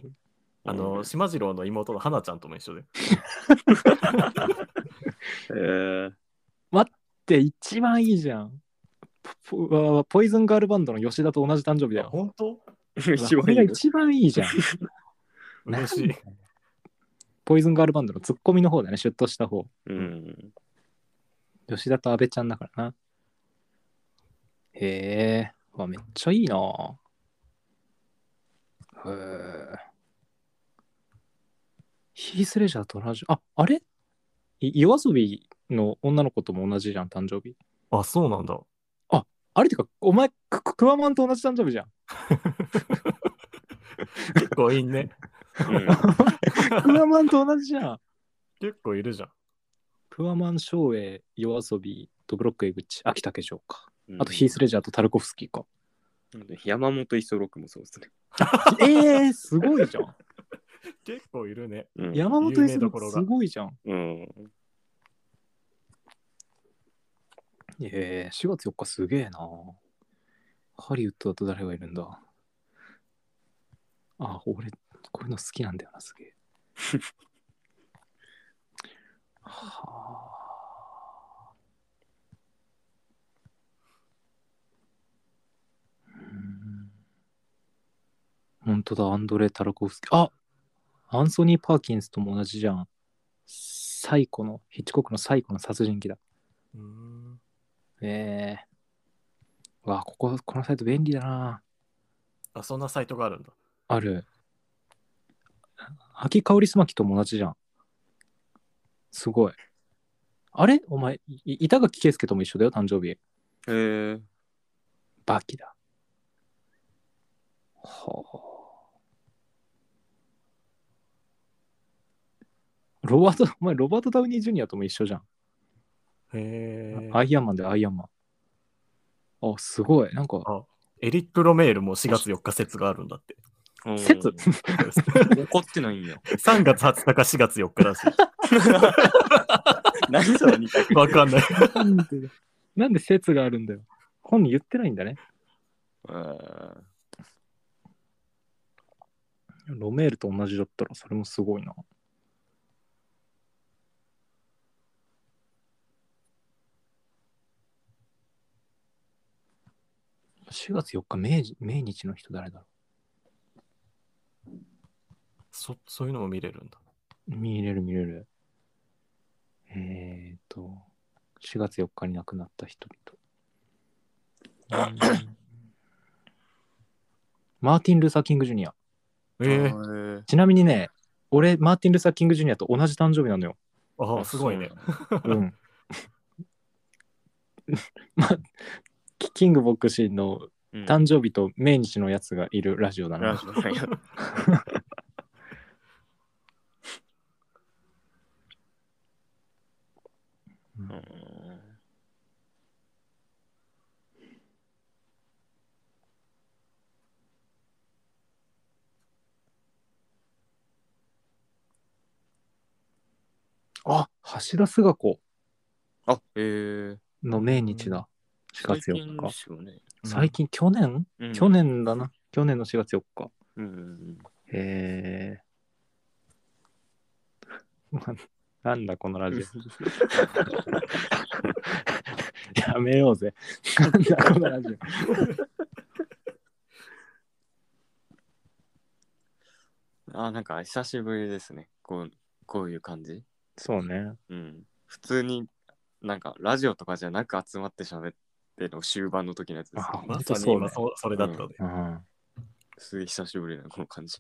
Speaker 1: あの、島次郎の妹の花ちゃんとも一緒で。
Speaker 3: えー、
Speaker 2: で、一番いいじゃん。ポポわポイズンガールバンドの吉田と同じ誕生日だよ。
Speaker 1: 本当
Speaker 3: 一
Speaker 2: こ
Speaker 3: 番
Speaker 2: れ
Speaker 3: いい
Speaker 2: が
Speaker 3: よ。
Speaker 2: 一番いいじゃん。
Speaker 1: 嬉しい。
Speaker 2: ポイズンガールバンドのツッコミの方だね、シュッとした方。
Speaker 3: うん。
Speaker 2: 吉田と阿部ちゃんだからな。へえ、うわ、めっちゃいいなへえ。ヒースレジャーと同じ。あ、あれい夜遊びの女の子とも同じじゃん、誕生日。
Speaker 1: あ、そうなんだ。
Speaker 2: あれてか、お前、クククワマンと同じ誕生日じゃん。
Speaker 1: 結構いいね。
Speaker 3: うん
Speaker 2: クワマンと同じじゃん。
Speaker 1: 結構いるじゃん。
Speaker 2: クワマン、昭栄、夜遊び、ドブロック、江口、秋竹城か。
Speaker 3: うん
Speaker 2: あと、ヒースレジャーとタルコフスキーか。
Speaker 3: 山本五十六もそうですね。
Speaker 2: ええー、すごいじゃん。
Speaker 1: 結構いるね。
Speaker 3: うん
Speaker 2: 山本
Speaker 1: 有
Speaker 2: 五
Speaker 1: 名
Speaker 2: 十
Speaker 1: どころ
Speaker 2: 六
Speaker 1: が
Speaker 2: すごいじゃん。
Speaker 3: うん。
Speaker 2: ええ4月4日すげえな。ハリウッドだと誰がいるんだあ、俺、こういうの好きなんだよな、すげえ。はあ。うん本当だ、アンドレ・タラコフスキー。あアンソニー・パーキンスとも同じじゃん。最古の、ヒッチコックの最古の殺人鬼だ。
Speaker 1: うーん。
Speaker 2: ええわあ、ここ、このサイト便利だな。
Speaker 1: あ、そんなサイトがあるんだ。
Speaker 2: ある。秋香りすまきとも同じじゃん。すごい。あれお前、い板垣圭介とも一緒だよ、誕生日。
Speaker 3: へえ。
Speaker 2: バキだ。はあ。ロバート、お前、ロバート・ダウニー・ジュニアとも一緒じゃん。
Speaker 1: へえ。
Speaker 2: アイアンマンでアイアンマン。あ、すごい。なんか、
Speaker 1: エリック・ロメールも4月4日説があるんだって。
Speaker 2: 説、
Speaker 3: 怒ってないんや。
Speaker 1: 3月20日か4月4日だしい。
Speaker 3: 何それ二択。
Speaker 1: わかんない。
Speaker 2: なんで、なんで説があるんだよ。本人言ってないんだね。
Speaker 3: うん
Speaker 2: ロメールと同じだったら、それもすごいな。4月4日、明治命日の人誰だろ
Speaker 1: そ そういうのも見れるんだ。
Speaker 2: う見れる見れる。えーと、4月4日に亡くなった人々。うんマーティン・ルーサー・キング・ジュニア。
Speaker 1: ええ
Speaker 3: へ
Speaker 2: ちなみにね、俺、マーティン・ルーサー・キング・ジュニアと同じ誕生日なのよ。
Speaker 1: ああ、すごいね。。
Speaker 2: うん。 まあ、キキングボクシーの
Speaker 3: うん
Speaker 2: 誕生日と命日のやつがいるラジオだな。
Speaker 3: うん
Speaker 2: あ、橋田壽賀子
Speaker 3: あ、ええ
Speaker 2: の命日だ。4月
Speaker 3: 最
Speaker 2: 4
Speaker 3: 近で
Speaker 2: 日。
Speaker 3: すよね。
Speaker 2: 最近、去年、
Speaker 3: うん
Speaker 2: 去。年だな。去年の4月4日。
Speaker 3: うんうんうん。
Speaker 2: へえ。 ななんだこの ラジオ。やめようぜ。 なんだこのラジオ。
Speaker 3: あ、なんか久しぶりですね。こう、こういう感じ。
Speaker 2: そうね。
Speaker 3: うん。普通に、なんかラジオとかじゃなく集まって喋っての終盤の時のやつです、
Speaker 2: あ
Speaker 3: ね。
Speaker 1: ま
Speaker 2: 本
Speaker 1: さ
Speaker 2: 当
Speaker 1: に
Speaker 2: そう
Speaker 1: 今
Speaker 2: ね。
Speaker 1: そそれだったね。
Speaker 2: うん
Speaker 3: すげえ久しぶりだな、この感じ。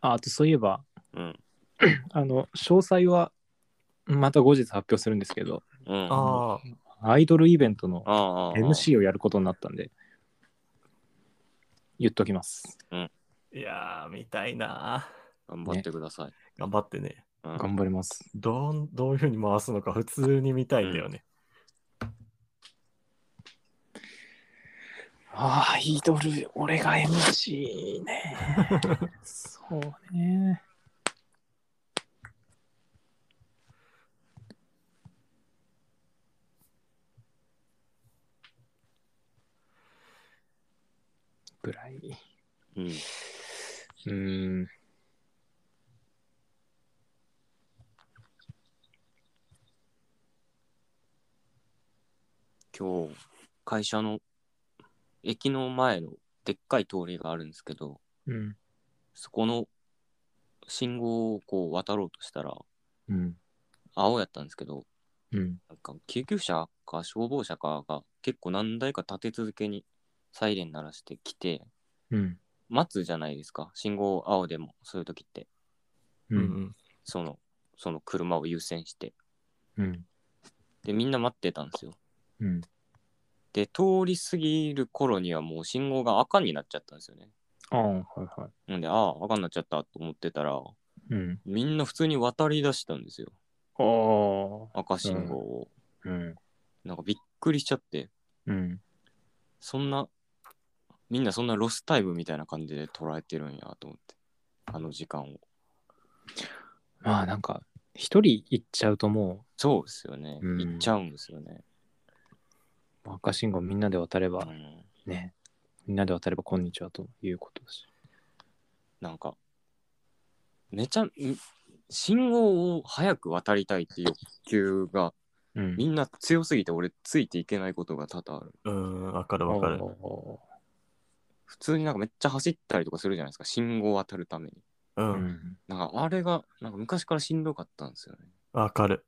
Speaker 2: ああとそういえば、
Speaker 3: うん。
Speaker 2: あの、詳細はまた後日発表するんですけど、
Speaker 3: うん。あ
Speaker 1: ああ、
Speaker 2: アイドルイベントの
Speaker 3: あああ。
Speaker 2: MC をやることになったんで、言っときます。
Speaker 1: いやー、見たいな
Speaker 3: 頑張ってください。
Speaker 1: ー。頑張ってね。
Speaker 3: うん
Speaker 2: 頑張ります。
Speaker 1: どんどういうふうに回すのか普通に見たいんだよね。
Speaker 2: ああ、アイドル、俺が MC ね。そうね。ぐらい。
Speaker 3: うん。
Speaker 2: うーん。
Speaker 3: 今日、会社の駅の前のでっかい通りがあるんですけど、
Speaker 2: うん。
Speaker 3: そこの信号をこう渡ろうとしたら、
Speaker 2: うん。
Speaker 3: 青やったんですけど、
Speaker 2: うん。
Speaker 3: なんか救急車か消防車かが結構何台か立て続けにサイレン鳴らしてきて、
Speaker 2: うん。
Speaker 3: 待つじゃないですか、信号青でも、そういう時って、
Speaker 2: う。
Speaker 1: うんん
Speaker 3: その、その車を優先して。
Speaker 2: うん。
Speaker 3: で、みんな待ってたんですよ。
Speaker 2: うん。
Speaker 3: で、通り過ぎる頃にはもう信号が赤になっちゃったんですよね。
Speaker 2: ああ、はいは
Speaker 3: なんで、ああ、赤になっちゃったと思ってたら、
Speaker 2: い。うん。
Speaker 3: みんな普通に渡り出したんですよ。
Speaker 2: あ
Speaker 3: 赤信号を。
Speaker 2: あ。うん。
Speaker 3: なんかびっくりしちゃって、
Speaker 2: うん。
Speaker 3: そんな、みんなそんなロスタイムみたいな感じで捉えてるんやと思って、あの時間を。
Speaker 2: まあなんか、一人行っちゃうともう、
Speaker 3: そうですよね。
Speaker 2: うん
Speaker 3: 行っちゃうんですよね。
Speaker 2: 赤信号みんなで渡れ
Speaker 3: う
Speaker 2: ば
Speaker 3: ん、
Speaker 2: ね、みんなで渡ればこんにちはということだし。
Speaker 3: なんか、めちゃ、ん信号を早く渡りたいっていう欲求が、
Speaker 2: うん
Speaker 3: みんな強すぎて俺ついていけないことが多々ある。
Speaker 1: うん、うんわかるわかる。
Speaker 3: 普通になんかめっちゃ走ったりとかするじゃないですか、信号を渡るために。
Speaker 1: う、
Speaker 2: うんん。
Speaker 3: なんかあれが、なんか昔からしんどかったんですよね。
Speaker 1: わかる。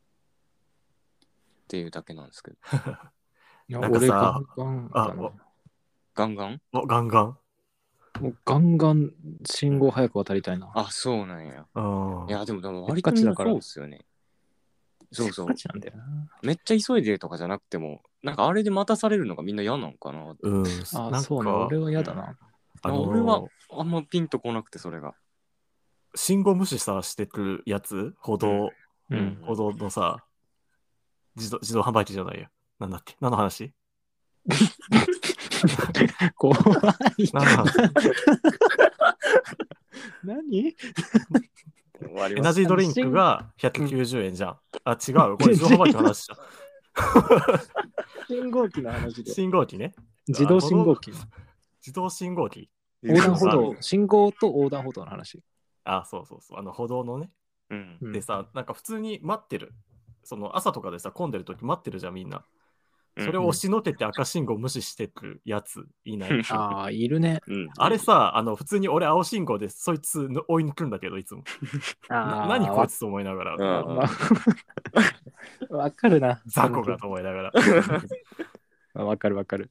Speaker 3: っていうだけなんですけど。
Speaker 2: いや
Speaker 1: なんか
Speaker 2: 俺ガ
Speaker 1: さ
Speaker 2: ンガン
Speaker 1: あ
Speaker 2: だなも
Speaker 3: ガンガン
Speaker 1: おガンガン。
Speaker 2: うガンガン信号早く渡りたいな。
Speaker 3: あ、そうなんや。
Speaker 1: うん
Speaker 3: い。や、でも、でも
Speaker 2: せっ
Speaker 3: 割と
Speaker 2: か
Speaker 3: み
Speaker 2: ち
Speaker 3: ん
Speaker 2: だ
Speaker 3: な
Speaker 2: か
Speaker 3: そ
Speaker 2: ら
Speaker 3: うっすよね。そうそう
Speaker 2: せっか。ちなんだよな。
Speaker 3: めっちゃ急いでるとかじゃなくても、なんかあれで待たされるのがみんな嫌なのかな。
Speaker 1: うん、
Speaker 2: あ
Speaker 1: なん
Speaker 2: そうね。
Speaker 1: か
Speaker 2: 俺は嫌だな。
Speaker 1: あのー
Speaker 3: 俺はあんまピンとこなくて、それが。
Speaker 1: 信号無視さしてくるやつ、歩道、
Speaker 2: うん。
Speaker 3: うん
Speaker 1: 歩道のさ、自動自動販売機じゃないよ。なんだっけ何の話
Speaker 2: 怖い。
Speaker 1: 何の話
Speaker 2: 何
Speaker 3: 終わり
Speaker 1: エ
Speaker 3: ま
Speaker 1: ナ
Speaker 3: す。
Speaker 1: ジードリンクが190円じゃん。あ、違 う。これ自動販売機の話じゃ
Speaker 2: 信号機の話
Speaker 1: ん。
Speaker 2: で。
Speaker 1: 信号機ね。
Speaker 2: 自動信号機。
Speaker 1: 自動信号機。
Speaker 2: 横断歩
Speaker 1: そう
Speaker 2: 道、信号と横断歩道の話。
Speaker 1: あ、そうそうそう。あの歩道のね。
Speaker 3: うん。
Speaker 2: うん
Speaker 1: でさ、なんか普通に待ってる。その朝とかでさ、混んでる時待ってるじゃん、みんな。それを押しのけて赤信号無視してくるやついない。
Speaker 3: うん
Speaker 2: ああ、いるね。
Speaker 3: うん、
Speaker 1: あれさ、あの普通に俺青信号でそいつの追い抜くんだけど、いつも。
Speaker 2: あ
Speaker 1: な
Speaker 2: あ、
Speaker 1: 何こいつと思いながら、
Speaker 3: うん
Speaker 2: わ わかるな。
Speaker 1: 雑魚がと思いな がら。
Speaker 2: わかるわかる。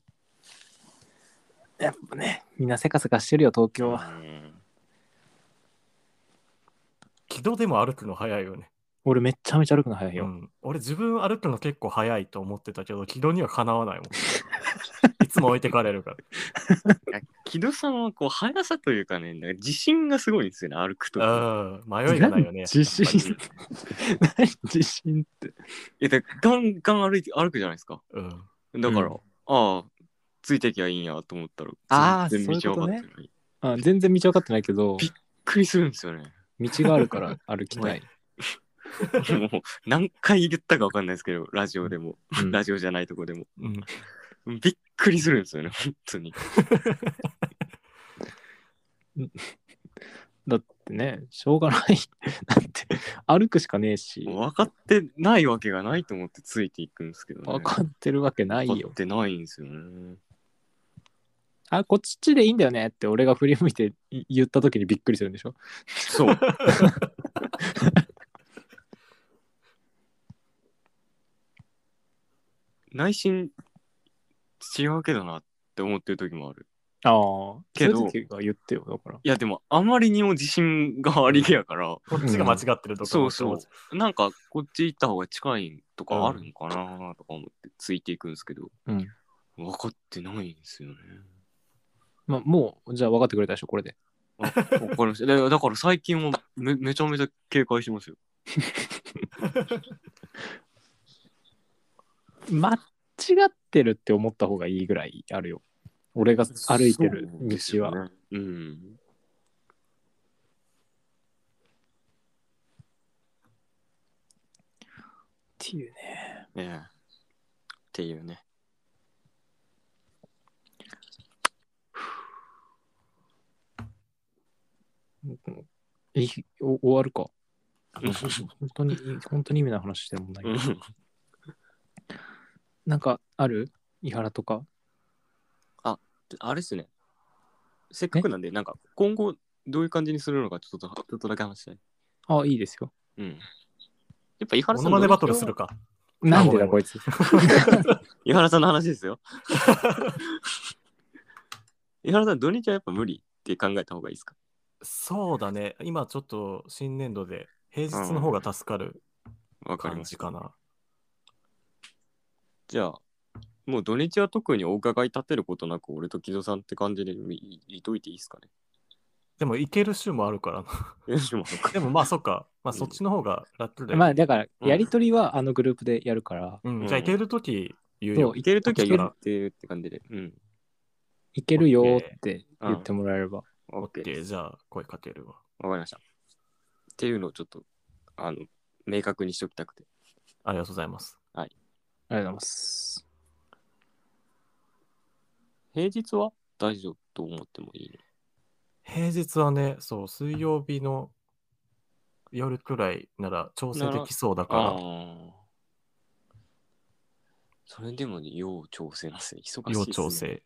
Speaker 2: やっぱね、みんなせかせかしてるよ、東京は。
Speaker 3: うん
Speaker 1: 軌道でも歩くの早いよね。
Speaker 2: 俺めっちゃめちゃ歩くの早いうよ。
Speaker 1: ん、俺自分歩くの結構早いと思ってたけど、軌道にはかなわ ないもん。いつも置いてかれるから。
Speaker 3: いや木戸さんはこう速さというかね、なんか自信がすごいんですよね、歩くとか。
Speaker 1: うん、迷いがないよね。
Speaker 2: 自信
Speaker 1: やっぱり。
Speaker 2: 何自信って。
Speaker 3: いやだからガンガン歩いて歩くじゃないですか。
Speaker 1: うん、
Speaker 3: だから、
Speaker 2: うん
Speaker 3: ああ、ついてきゃいいんやと思ったら、
Speaker 2: ああ
Speaker 3: 全然
Speaker 2: そういうことね
Speaker 3: 道分かってない
Speaker 2: あ全然道分かってないけど、
Speaker 3: びっくりするんですよね。
Speaker 2: 道があるから歩き たい。
Speaker 3: もう何回言ったか分かんないですけど、ラジオでも、
Speaker 2: うん
Speaker 3: ラジオじゃないとこでも。
Speaker 1: うん。
Speaker 3: びっくりするんですよね、本当に。
Speaker 2: だってね、しょうがない。だって、歩くしかねえし、
Speaker 3: 分かってないわけがないと思ってついていくんですけどね。
Speaker 2: 分かってるわけない
Speaker 3: 分か
Speaker 2: よ
Speaker 3: っ。てないんですよね。
Speaker 2: あ、こっちでいいんだよねって俺が振り向いてい言った時にびっくりするんでしょ
Speaker 3: そう。 内心違うけどなって思ってる時もある。
Speaker 2: ああ、
Speaker 3: けど
Speaker 2: そういう時が言ってよ、だから。
Speaker 3: いやでもあまりにも自信がありげやから、
Speaker 1: こっちが間違ってるとか、
Speaker 3: そうそう。なんかこっち行った方が近いとかあるのかなとか思ってついていくんですけど、
Speaker 2: うん。
Speaker 3: 分かってないんですよね。
Speaker 2: まあ、もう、じゃあ分かってくれたでしょ、これで。
Speaker 3: あわかりました。だからだから最近はめめちゃめちゃ警戒しますよ。
Speaker 2: 間違ってるって思った方がいいぐらいあるよ。俺が歩いてる
Speaker 3: そうです
Speaker 2: 道
Speaker 3: よ
Speaker 2: は。
Speaker 3: ね。うん。
Speaker 2: っていうね。
Speaker 3: ええ。っていうね。
Speaker 2: えお終わるか。
Speaker 3: うん
Speaker 2: 本当に、本当に意味ない話してるもんないけど。
Speaker 3: うん
Speaker 2: なんかある伊原とか。
Speaker 3: あれっすね。せっかくなんで、なんか今後どういう感じにするのかちょっとちょっとだけ話したい。
Speaker 2: あ、いいですよ。
Speaker 3: うん。やっぱ井原
Speaker 1: モノ
Speaker 3: さん
Speaker 1: マ
Speaker 3: の
Speaker 1: ネバトルするか。
Speaker 2: なんでだ
Speaker 1: ご
Speaker 2: こ
Speaker 1: め
Speaker 2: いつ。
Speaker 3: 井原さんの話ですよ。 井原さん、土日はやっぱ無理って考えた方がいいですか
Speaker 1: そうだね。今ちょっと新年度で平日の方が助かる
Speaker 3: わかり
Speaker 1: 感
Speaker 3: まし
Speaker 1: じ
Speaker 3: た。
Speaker 1: かな。
Speaker 3: じゃあ、もう土日は特にお伺い立てることなく、俺と木戸さんって感じでいいといていいですかね。
Speaker 1: でも行ける週もあるからな。
Speaker 3: よしもう
Speaker 1: でもまあそっか。まあそっちの方が楽だよ。
Speaker 2: まあだから、
Speaker 3: うん
Speaker 2: やりとりはあのグループでやるから、
Speaker 1: うん、じゃあ行けるとき言う
Speaker 2: そ
Speaker 1: よ
Speaker 2: う。
Speaker 3: 行けるときは言ってるって感じで。うん。
Speaker 2: いけるよーって言ってもらえれば。
Speaker 1: オッ
Speaker 3: OK
Speaker 1: ケ
Speaker 3: で
Speaker 1: ー、
Speaker 3: す。
Speaker 1: じゃあ声かけるわ。
Speaker 3: わかりました。っていうのをちょっと、あの、明確にしておきたくて。
Speaker 1: ありがとうございます。
Speaker 2: ありがとうございます。
Speaker 3: 平日は大丈夫と思ってもいい
Speaker 1: 平日はね、そう、水曜日の夜くらいなら調整できそうだから、
Speaker 3: ああ。それでもね、要調整なんですね。忙しい、
Speaker 1: 要調。整。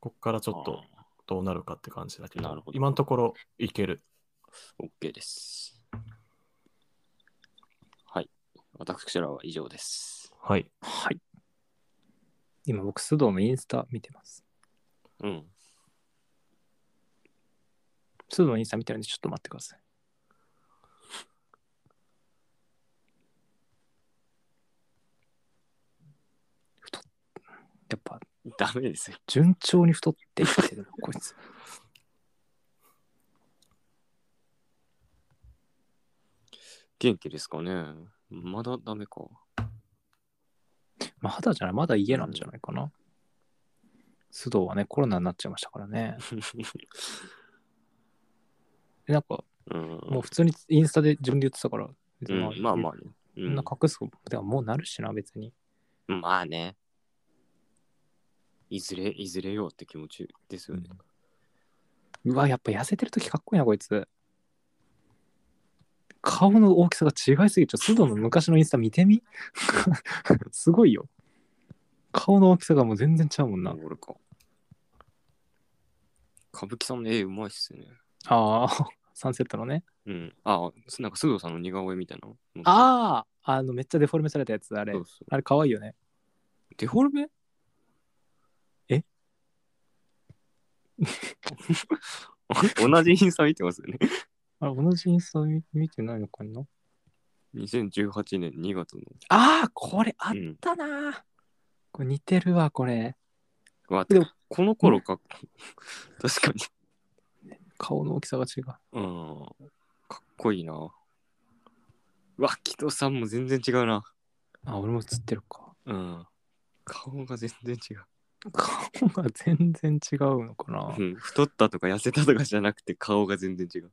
Speaker 1: こっからち
Speaker 3: ち
Speaker 1: ょっと。どうなるかって感じだけど、
Speaker 3: なるほど
Speaker 1: 今のところいける。
Speaker 3: OK です。はい。私らは以上です。
Speaker 1: はい。
Speaker 2: はい。今僕、須藤のインスタ見てます。
Speaker 3: うん。
Speaker 2: 須藤のインスタ見てるんで、ちょっと待ってください。太っやっぱ
Speaker 3: ダメですよ。
Speaker 2: 順調に太っていってるな、こいつ。
Speaker 3: 元気ですかねまだダメか。
Speaker 2: まだじゃない、まだ家なんじゃないかな。須藤はね、コロナになっちゃいましたから ね。でなんか、
Speaker 3: うん。
Speaker 2: もう普通にインスタで自分で言ってたから、別
Speaker 3: う
Speaker 2: に
Speaker 3: ん、まあまあね。う
Speaker 2: そん
Speaker 3: ん
Speaker 2: な、隠すことではもうなるしな、別に。
Speaker 3: まあね。いずれ、いずれよって気持ちですよね。
Speaker 2: うわ、やっぱ痩せてるときかっこいいな、こいつ。顔の大きさが違いすぎちゃう。須藤の昔のインスタ見てみ すごいよ。顔の大きさがもう全然ちゃうもんな。
Speaker 3: 俺か。歌舞伎さんの絵うまいっすよね。
Speaker 2: ああ、 サンセットのね。
Speaker 3: うん。あ、なんか須藤さんの似顔絵みたいなの。
Speaker 2: ああ、あの、めっちゃデフォルメされたやつ、あれ
Speaker 3: そ。うそう
Speaker 2: あれ、かわいいよね。
Speaker 3: デフォルメ
Speaker 2: え
Speaker 3: 同じインスタ見てますよね。
Speaker 2: あれ、同じインスタ見見てないのかな
Speaker 3: 2018年2月の。
Speaker 2: ああ、これあっ
Speaker 3: うん。
Speaker 2: たなー、これ似てるわ、これ。
Speaker 3: うわ
Speaker 2: でも
Speaker 3: こ の頃か。確かに。
Speaker 2: 顔の大きさが違う。
Speaker 3: うん。かっこいいな。うわ、木戸さんも全然違うな。
Speaker 2: あ、俺も映ってるか。
Speaker 3: うん。顔が全然違う。
Speaker 2: 顔が全然違うのかな
Speaker 3: う。ん。太ったとか痩せたとかじゃなくて顔が全然違う。